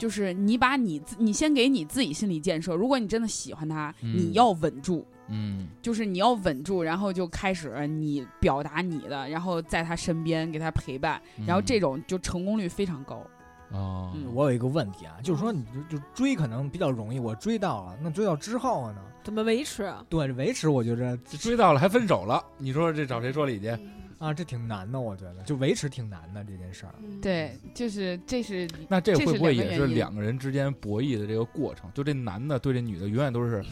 Speaker 4: 就是你把你自你先给你自己心理建设，如果你真的喜欢他，
Speaker 7: 嗯
Speaker 4: 你要稳住，
Speaker 7: 嗯，
Speaker 4: 就是你要稳住，然后就开始你表达你的，然后在他身边给他陪伴，然后这种就成功率非常高。
Speaker 7: 嗯哦
Speaker 4: 嗯
Speaker 6: 我有一个问题啊，就是说你就就追可能比较容易，我追到了，那追到之后呢？
Speaker 5: 怎么维持？啊
Speaker 6: 对，维持我觉着
Speaker 7: 追到了还分手了，你说这找谁说理去？
Speaker 6: 啊，这挺难的，我觉得就维持挺难的这件事儿。
Speaker 5: 嗯，
Speaker 4: 对，就是这是
Speaker 7: 那这
Speaker 4: 这是
Speaker 7: 会不会
Speaker 4: 两个
Speaker 7: 也是
Speaker 4: 原因
Speaker 7: 两个人之间博弈的这个过程？就这男的对这女的永远都
Speaker 4: 嗯
Speaker 7: 是，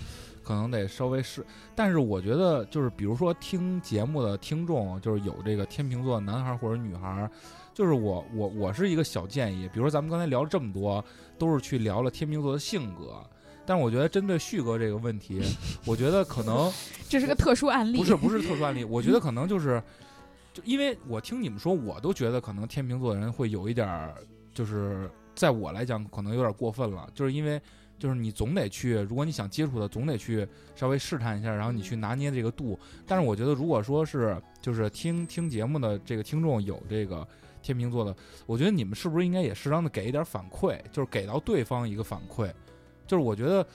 Speaker 7: 可能得稍微是，但是我觉得就是比如说听节目的听众，就是有这个天秤座的男孩或者女孩，就是我我我是一个小建议，比如说咱们刚才聊了这么多，都是去聊了天秤座的性格。但是我觉得针对旭哥这个问题，我觉得可能
Speaker 4: 这是个特殊案例，
Speaker 7: 不是不是特殊案例，我觉得可能就是，就因为我听你们说，我都觉得可能天秤座的人会有一点儿，就是在我来讲可能有点过分了，就是因为就是你总得去，如果你想接触的，总得去稍微试探一下，然后你去拿捏这个度。但是我觉得，如果说是就是听听节目的这个听众有这个。天秤座的，我觉得你们是不是应该也适当的给一点反馈，就是给到对方一个反馈，就是我觉得，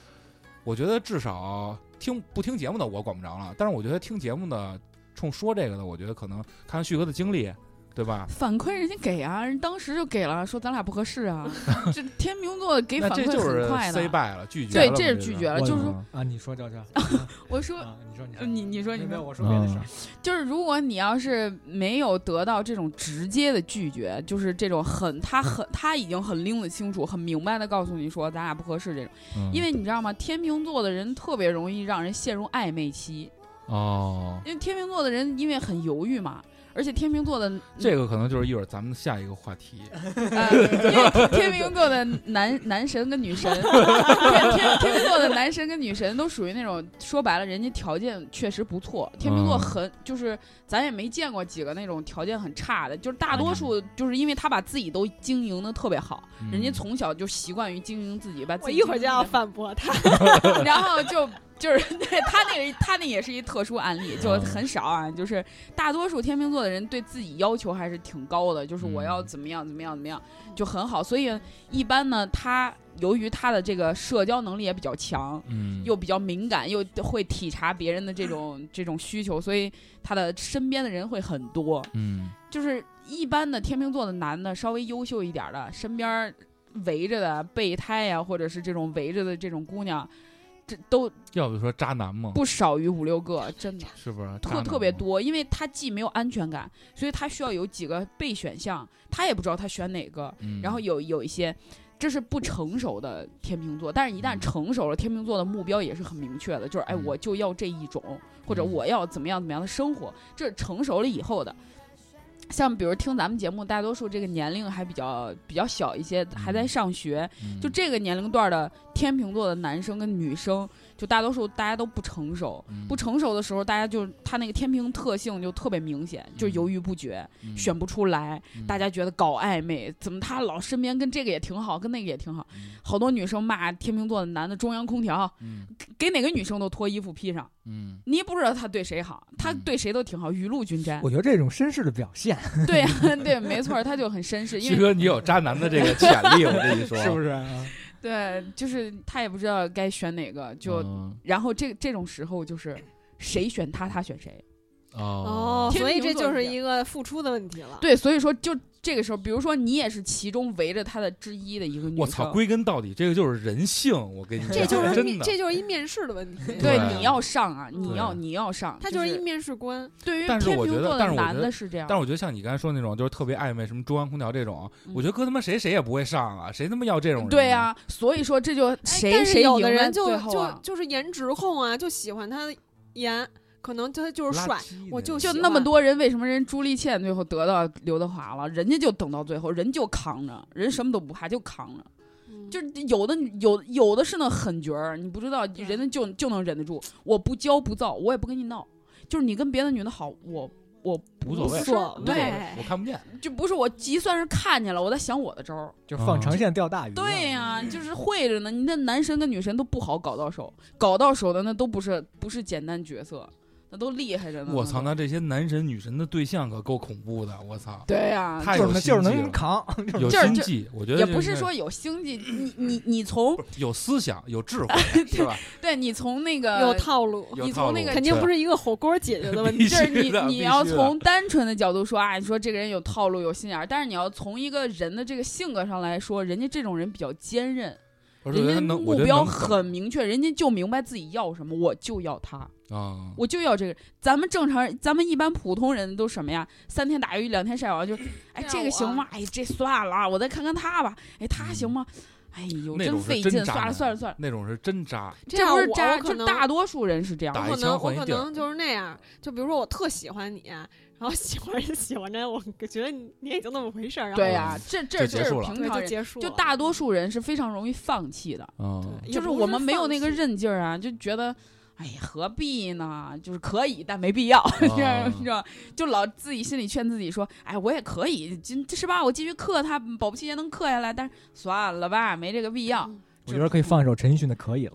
Speaker 7: 我觉得至少听不听节目的我管不着了，但是我觉得听节目的冲说这个的，我觉得可能看看旭哥的经历，对吧？
Speaker 4: 反馈人家给啊，人当时就给了，说咱俩不合适 啊。这天秤座给
Speaker 7: 那
Speaker 4: 反
Speaker 7: 这
Speaker 4: 馈
Speaker 7: 就是
Speaker 4: 很快
Speaker 7: say
Speaker 4: 的。
Speaker 7: bye 了，拒绝
Speaker 4: 对
Speaker 7: 了嘛
Speaker 4: 这
Speaker 7: 这
Speaker 4: 是拒绝了
Speaker 6: 就是
Speaker 7: 嗯
Speaker 6: 啊，你 说赵赵啊，
Speaker 4: 我说，
Speaker 6: 啊你说你
Speaker 4: 呃你你说
Speaker 6: 没
Speaker 4: 你
Speaker 6: 有没有，
Speaker 4: 说，
Speaker 6: 我说别的事儿。
Speaker 4: 就是如果你要是没有得到这种直接的拒绝，就是这种很他很他已经很拎得清楚、很明白的告诉你说咱俩不合适这种，
Speaker 7: 嗯
Speaker 4: 因为你知道吗？天秤座的人特别容易让人陷入暧昧期，
Speaker 7: 哦，
Speaker 4: 因为天秤座的人因为很犹豫嘛。而且天秤座的
Speaker 7: 这个可能就是一会
Speaker 4: 嗯
Speaker 7: 儿咱们下一个话题。
Speaker 4: 呃，因为天秤座的男男神跟女神，天天天秤座的男神跟女神都属于那种说白了，人家条件确实不错。天秤座
Speaker 7: 嗯
Speaker 4: 很、就是咱也没见过几个那种条件很差的，就是大多数就是因为他把自己都经营的特别好，
Speaker 7: 嗯
Speaker 4: 人家从小就习惯于经营自己，把自
Speaker 5: 我
Speaker 4: 己
Speaker 5: 一会儿就
Speaker 4: 经营
Speaker 5: 要
Speaker 4: 得
Speaker 5: 反驳他。
Speaker 4: 然后就就是对他那个他那也是一特殊案例，就很少啊，就是大多数天秤座的人对自己要求还是挺高的，就是我要怎么样怎么样怎么样就很好，所以一般呢，他由于他的这个社交能力也比较强。
Speaker 7: 嗯
Speaker 4: 又比较敏感，又会体察别人的这种这种需求，所以他的身边的人会很多。
Speaker 7: 嗯
Speaker 4: 就是一般的天秤座的男的，稍微优秀一点儿的，身边儿围着的备胎呀、或者是这种围着的这种姑娘，这都
Speaker 7: 要不说渣男嘛，
Speaker 4: 不少于五六个，真的
Speaker 7: 是不是渣
Speaker 4: 特
Speaker 7: 男
Speaker 4: 特别
Speaker 7: 嘛，
Speaker 4: 多。因为他既没有安全感，所以他需要有几个备选项，他也不知道他选哪个。
Speaker 7: 嗯
Speaker 4: 然后有有一些，这是不成熟的天秤座，但是一旦成熟了，天秤座的目标也是很明确的，就是哎，
Speaker 7: 嗯
Speaker 4: 我就要这一种，或者
Speaker 7: 嗯
Speaker 4: 我要怎么样怎么样的生活，这是成熟了以后的。像比如听咱们节目，大多数这个年龄还比较比较小一些，还在
Speaker 7: 嗯
Speaker 4: 上学，
Speaker 7: 嗯
Speaker 4: 就这个年龄段的天秤座的男生跟女生，就大多数大家都不成熟。
Speaker 7: 嗯
Speaker 4: 不成熟的时候，大家就他那个天平特性就特别明显，就
Speaker 7: 嗯
Speaker 4: 犹豫不决，
Speaker 7: 嗯
Speaker 4: 选不出来，
Speaker 7: 嗯
Speaker 4: 大家觉得搞暧昧，怎么他老身边跟这个也挺好，跟那个也挺好，好多女生骂天秤座的男的中央空调，
Speaker 7: 嗯
Speaker 4: 给哪个女生都脱衣服披上，
Speaker 7: 嗯
Speaker 4: 你也不知道他对谁好，他
Speaker 7: 嗯
Speaker 4: 对谁都挺好，雨露均沾
Speaker 6: 我。觉得这种绅士的表现，
Speaker 4: 对呀、对，没错，他就很绅士，
Speaker 7: 旭
Speaker 4: 因为
Speaker 7: 哥，你有渣男的这个潜力，我 跟你说，
Speaker 6: 是不
Speaker 7: 是？
Speaker 6: 是啊？
Speaker 4: 对，就是他也不知道该选哪个，就、
Speaker 7: 嗯
Speaker 4: 然后这这种时候就是谁选他，他选谁。
Speaker 7: 哦
Speaker 4: 天
Speaker 5: 所以
Speaker 4: 秤
Speaker 5: 这
Speaker 4: 座
Speaker 5: 就是是
Speaker 4: 这
Speaker 5: 一个付出的问题了。，
Speaker 4: 对，所以说就这个时候，比如说你也是其中围着他的之一的一个女生，
Speaker 7: 我操，归根到底，这个就是人性，我跟你讲，
Speaker 5: 这就是
Speaker 7: 哎真
Speaker 5: 面
Speaker 7: 的。
Speaker 5: 这就是一面试的问题。
Speaker 4: 对，
Speaker 7: 对
Speaker 4: 你要上啊，你要
Speaker 7: 对
Speaker 4: 你要上，
Speaker 5: 他
Speaker 4: 就
Speaker 5: 就是一面试官，
Speaker 4: 对于
Speaker 7: 但
Speaker 4: 天
Speaker 7: 是我
Speaker 4: 秤
Speaker 7: 觉得
Speaker 4: 座
Speaker 7: 但
Speaker 4: 的
Speaker 7: 是我觉
Speaker 4: 男
Speaker 7: 得
Speaker 4: 的是这样，
Speaker 7: 但是我觉得像你刚才说那种，就是特别暧昧，什么中央空调这种，我觉得搁他妈谁谁也不会上啊，谁他妈要这种人？
Speaker 4: 对啊呀、，所以说这就谁
Speaker 5: 哎但是
Speaker 4: 谁
Speaker 5: 有
Speaker 4: 赢
Speaker 5: 的
Speaker 4: 了
Speaker 5: 人
Speaker 4: 最
Speaker 5: 就
Speaker 4: 后
Speaker 5: 就
Speaker 4: 啊。
Speaker 5: 就是颜值控啊，就喜欢他的颜，可能他就是
Speaker 7: 垃
Speaker 5: 帅。
Speaker 7: 圾
Speaker 5: 我
Speaker 7: 那
Speaker 5: 就
Speaker 7: 种
Speaker 4: 就
Speaker 5: 喜
Speaker 4: 那么
Speaker 5: 欢
Speaker 4: 多人，为什么人朱丽倩最后得到刘德华了？人家就等到最后，人就扛着，人什么都不怕，就扛着。
Speaker 5: 嗯
Speaker 4: 就是有的有有的是那狠角儿，你不知道，人家就就能忍得住。我不骄不躁，我也不跟你闹。就是你跟别的女的好，我我
Speaker 7: 无所谓
Speaker 4: 说
Speaker 5: 无所
Speaker 7: 无所谓
Speaker 5: 谓
Speaker 7: 我看不见。
Speaker 4: 就不是我，即算是看见了，我在想我的招儿。
Speaker 6: 就放长线钓大鱼
Speaker 4: 嗯
Speaker 6: 啊。
Speaker 4: 对呀、就是会着呢。你那男神跟女神都不好搞到手，搞到手的那都不是不是简单角色，那都厉害着呢。
Speaker 7: 我操，
Speaker 4: 那
Speaker 7: 那
Speaker 4: 都
Speaker 7: 这些男神女神的对象可够恐怖的，我操，
Speaker 4: 对呀、
Speaker 7: 太
Speaker 6: 就是
Speaker 7: 有
Speaker 6: 能
Speaker 7: 哎心啊
Speaker 6: 就是
Speaker 7: 计了
Speaker 6: 能扛，
Speaker 7: 有
Speaker 4: 就是
Speaker 7: 心
Speaker 4: 这
Speaker 7: 计，我觉得
Speaker 4: 也
Speaker 7: 这
Speaker 4: 不
Speaker 7: 应
Speaker 4: 是
Speaker 7: 该
Speaker 4: 说有星际，你你你从
Speaker 7: 不是有思想、有智 慧，是吧？
Speaker 4: 对你从那个
Speaker 5: 有套路，
Speaker 7: 有
Speaker 4: 你
Speaker 7: 套
Speaker 4: 从那
Speaker 7: 路
Speaker 4: 个
Speaker 5: 肯定不是一个火锅解决的问题。
Speaker 7: 必
Speaker 4: 就是
Speaker 7: 须
Speaker 4: 你
Speaker 7: 的
Speaker 4: 你
Speaker 7: 必
Speaker 4: 要
Speaker 7: 须的
Speaker 4: 从单纯的角度说啊，你说这个人有套路有心眼儿，但是你要从一个人的这个性格上来说，人家这种人比较坚韧，
Speaker 7: 我觉
Speaker 4: 人
Speaker 7: 得他
Speaker 4: 家
Speaker 7: 能，
Speaker 4: 目标很明确，人家就明白自己要什么，我就要他。
Speaker 7: 啊，
Speaker 4: 我就要这个。咱们正常人，咱们一般普通人都什么呀？三天打鱼两天晒网，就，哎，
Speaker 5: 这样
Speaker 4: 这个行吗？哎，这算了，我再看看他吧。哎，他
Speaker 7: 嗯
Speaker 4: 行吗？哎呦，
Speaker 7: 那种是
Speaker 4: 费
Speaker 7: 真
Speaker 4: 劲，算
Speaker 7: 渣
Speaker 4: 了
Speaker 7: 男
Speaker 4: 算了算了，
Speaker 7: 那种是真渣，
Speaker 5: 样
Speaker 4: 不
Speaker 5: 我
Speaker 4: 是渣，
Speaker 5: 我可
Speaker 4: 就
Speaker 5: 能
Speaker 4: 大多数人是这样
Speaker 7: 打
Speaker 4: 的。
Speaker 5: 我
Speaker 7: 一
Speaker 5: 可
Speaker 7: 枪
Speaker 5: 能我
Speaker 7: 换一
Speaker 5: 可
Speaker 7: 地儿
Speaker 5: 能就是那样，就比如说我特喜欢你，然后喜欢人喜欢着，我觉得你你也就那么回事儿，然后
Speaker 4: 对呀，这这
Speaker 7: 嗯就
Speaker 4: 这
Speaker 7: 结
Speaker 4: 是
Speaker 7: 束了
Speaker 4: 平
Speaker 5: 对
Speaker 4: 常
Speaker 5: 就
Speaker 4: 人。
Speaker 5: 结束了，嗯
Speaker 4: 就大多数人是非常容易放弃的，
Speaker 7: 嗯
Speaker 5: 也
Speaker 4: 就
Speaker 5: 不
Speaker 4: 我们没有
Speaker 5: 放
Speaker 4: 那个
Speaker 5: 弃，嗯
Speaker 4: 韧劲儿啊，就觉得，哎呀，何必呢？就是可以，但没必要，这样
Speaker 7: 嗯
Speaker 4: 是吧？就老自己心里劝自己说，哎，我也可以，这是吧？我继续克他，保不齐也能克下来，但是算了吧，没这个必要。
Speaker 6: 我觉得可以放一首陈奕迅的《可以了》。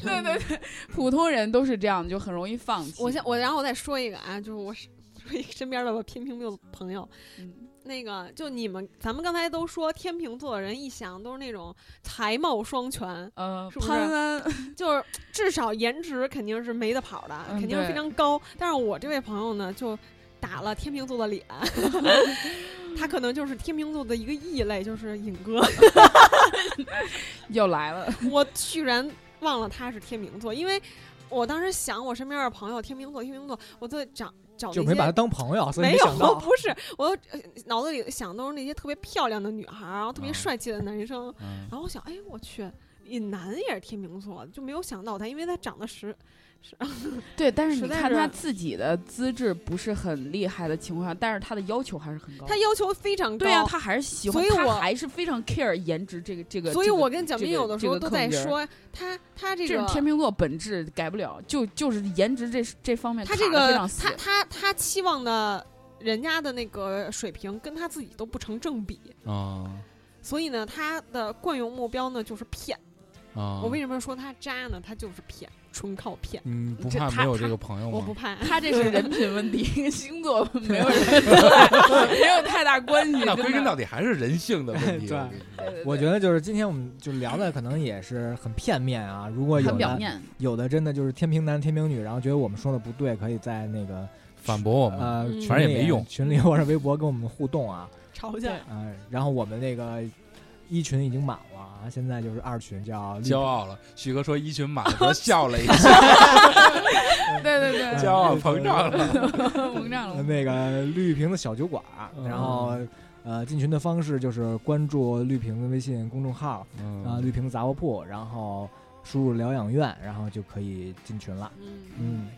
Speaker 4: 对对对，普通人都是这样，就很容易放弃。
Speaker 5: 我先我然后我再说一个啊，就是我是说一个身边的我天秤座的朋友，
Speaker 4: 嗯
Speaker 5: 那个就你们咱们刚才都说天秤座的人一想都是那种才貌双全，
Speaker 4: 呃，
Speaker 5: 是不是
Speaker 4: 潘安，
Speaker 5: 就是至少颜值肯定是没得跑的，
Speaker 4: 嗯
Speaker 5: 肯定是非
Speaker 4: 对
Speaker 5: 常高。但是我这位朋友呢，就打了天秤座 的脸，他可能就是天秤座的一个异类，就是尹哥。
Speaker 4: 又来了，
Speaker 5: 我居然忘了他是天秤座，因为我当时想我身边的朋友天秤座，天秤座，我在找找
Speaker 6: 就
Speaker 5: 那
Speaker 6: 没把
Speaker 5: 些
Speaker 6: 他当朋友，所以
Speaker 5: 没
Speaker 6: 没想
Speaker 5: 有，
Speaker 6: 到。
Speaker 5: 不是， 我呃脑子里想都是那些特别漂亮的女孩儿，然后特别
Speaker 4: 嗯
Speaker 7: 啊
Speaker 5: 帅气的男生，
Speaker 7: 嗯，
Speaker 5: 然后我想，哎，我去，尹楠也是天秤座，就没有想到他，因为他长得实
Speaker 4: 对，但是
Speaker 5: 实
Speaker 4: 你
Speaker 5: 在
Speaker 4: 看
Speaker 5: 是
Speaker 4: 他自己的资质不是很厉害的情况下，但是他的要求还是很高。
Speaker 5: 他要求非常高。
Speaker 4: 哦对呀、他还是喜欢，
Speaker 5: 所以我
Speaker 4: 他还是非常 care 颜值这个这个。
Speaker 5: 所以
Speaker 4: 这个
Speaker 5: 我跟蒋斌
Speaker 4: 这个
Speaker 5: 有的时候
Speaker 4: 这个
Speaker 5: 都在
Speaker 4: 坑人
Speaker 5: 说，他他这
Speaker 4: 这
Speaker 5: 个
Speaker 4: 是天秤座本质改不了，就就是颜值这这方面
Speaker 5: 他
Speaker 4: 卡
Speaker 5: 这
Speaker 4: 得
Speaker 5: 个
Speaker 4: 非常死
Speaker 5: 他他他期望的人家的那个水平跟他自己都不成正比，
Speaker 7: 啊
Speaker 5: 所以呢，他的惯用目标呢就是骗。
Speaker 4: 哦
Speaker 7: 啊！
Speaker 5: 我为什么说他渣呢？他就是骗，纯靠骗。
Speaker 7: 你嗯不
Speaker 4: 这
Speaker 7: 怕
Speaker 4: 他
Speaker 7: 没有
Speaker 4: 他
Speaker 7: 这个朋友
Speaker 5: 我不
Speaker 7: 吗？
Speaker 5: 怕，
Speaker 4: 哦他这是人品问题，星座没有人没有太大关系。
Speaker 7: 那
Speaker 4: 真
Speaker 7: 归根
Speaker 4: 的
Speaker 7: 到底还是人性的问 题。我
Speaker 6: 对
Speaker 7: 跟你说
Speaker 4: 对对对
Speaker 6: 我觉得就是今天我们就聊的可能也是很片面
Speaker 7: 嗯
Speaker 6: 啊，如果有
Speaker 4: 很表
Speaker 6: 的
Speaker 4: 面，
Speaker 6: 有的真的就是天平男天平女，然后觉得我们说的不对，可以在那个
Speaker 7: 反驳我们，
Speaker 6: 呃
Speaker 5: 嗯
Speaker 6: 群
Speaker 7: 反正也
Speaker 6: 里
Speaker 7: 没用
Speaker 6: 群里或者微博跟我们互动啊，
Speaker 5: 吵架。
Speaker 6: 嗯，然后我们那个一群已经满了啊，现在就是二群叫
Speaker 7: 骄傲了。许哥说一群 马的时候笑了一下，
Speaker 4: 对对对，
Speaker 7: 骄傲膨胀了。
Speaker 4: 膨胀
Speaker 6: 呃
Speaker 4: 了。
Speaker 6: 那个绿屏的小酒馆，
Speaker 7: 嗯
Speaker 6: 然后呃进群的方式就是关注绿屏的微信公众号
Speaker 7: 嗯
Speaker 6: 啊，绿屏杂货铺，然后输入疗养院，然后就可以进群了。
Speaker 5: 嗯，
Speaker 6: 嗯，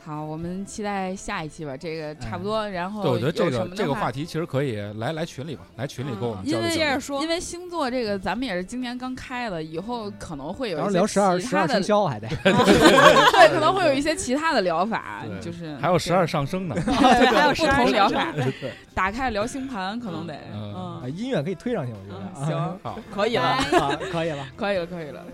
Speaker 4: 好，我们期待下一期吧，这个差不多。然后
Speaker 7: 对，我觉得这
Speaker 4: 哦有什
Speaker 7: 个
Speaker 4: 么的
Speaker 7: 这个话
Speaker 4: 话。啊
Speaker 7: 题其实可以来来群里吧，来群里跟我们
Speaker 4: 因
Speaker 7: 交
Speaker 4: 为
Speaker 7: 流交
Speaker 5: 接着
Speaker 7: 流。
Speaker 5: 说
Speaker 4: 因，为星座这个，咱们也是今年刚开的，以后可能会有
Speaker 6: 然后
Speaker 4: 一
Speaker 6: 聊
Speaker 4: 些
Speaker 6: 十二
Speaker 4: 其
Speaker 6: 十
Speaker 4: 他
Speaker 6: 二
Speaker 4: 的
Speaker 6: 生，肖还得
Speaker 4: 对，可能会有一些其他的疗法，
Speaker 7: 对
Speaker 4: 就是
Speaker 7: 还有 十二上升呢，
Speaker 4: 对，还有
Speaker 5: 十
Speaker 4: 不
Speaker 5: 二
Speaker 4: 同
Speaker 5: 生
Speaker 4: 疗
Speaker 5: 肖
Speaker 4: 法，打开聊星盘可能得，
Speaker 7: 嗯
Speaker 4: 嗯
Speaker 6: 啊，音乐可以推上去，我觉得
Speaker 4: 嗯行，
Speaker 7: 好，
Speaker 4: 可以了
Speaker 5: 拜，
Speaker 6: 啊，好可以了。
Speaker 4: 可以了，可以了。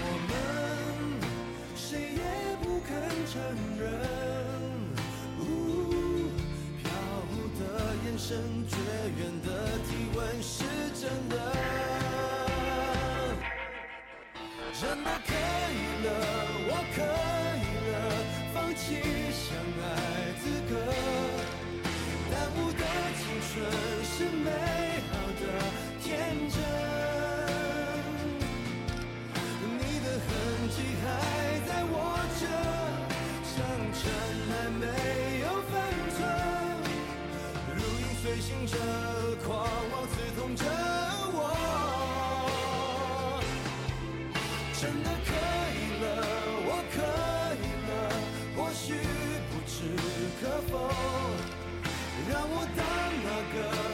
Speaker 1: 我们谁也不肯承认，呜飘忽的眼神，绝缘的体温是真的，真的可以了，我可以了，放弃相爱资格，耽误的青春是美好的天真。你的痕迹还在我这，像尘埃没有分寸，如影随形着，狂妄刺痛着我。真的可以了，我可以了，或许不置可否，让我当那个 Oh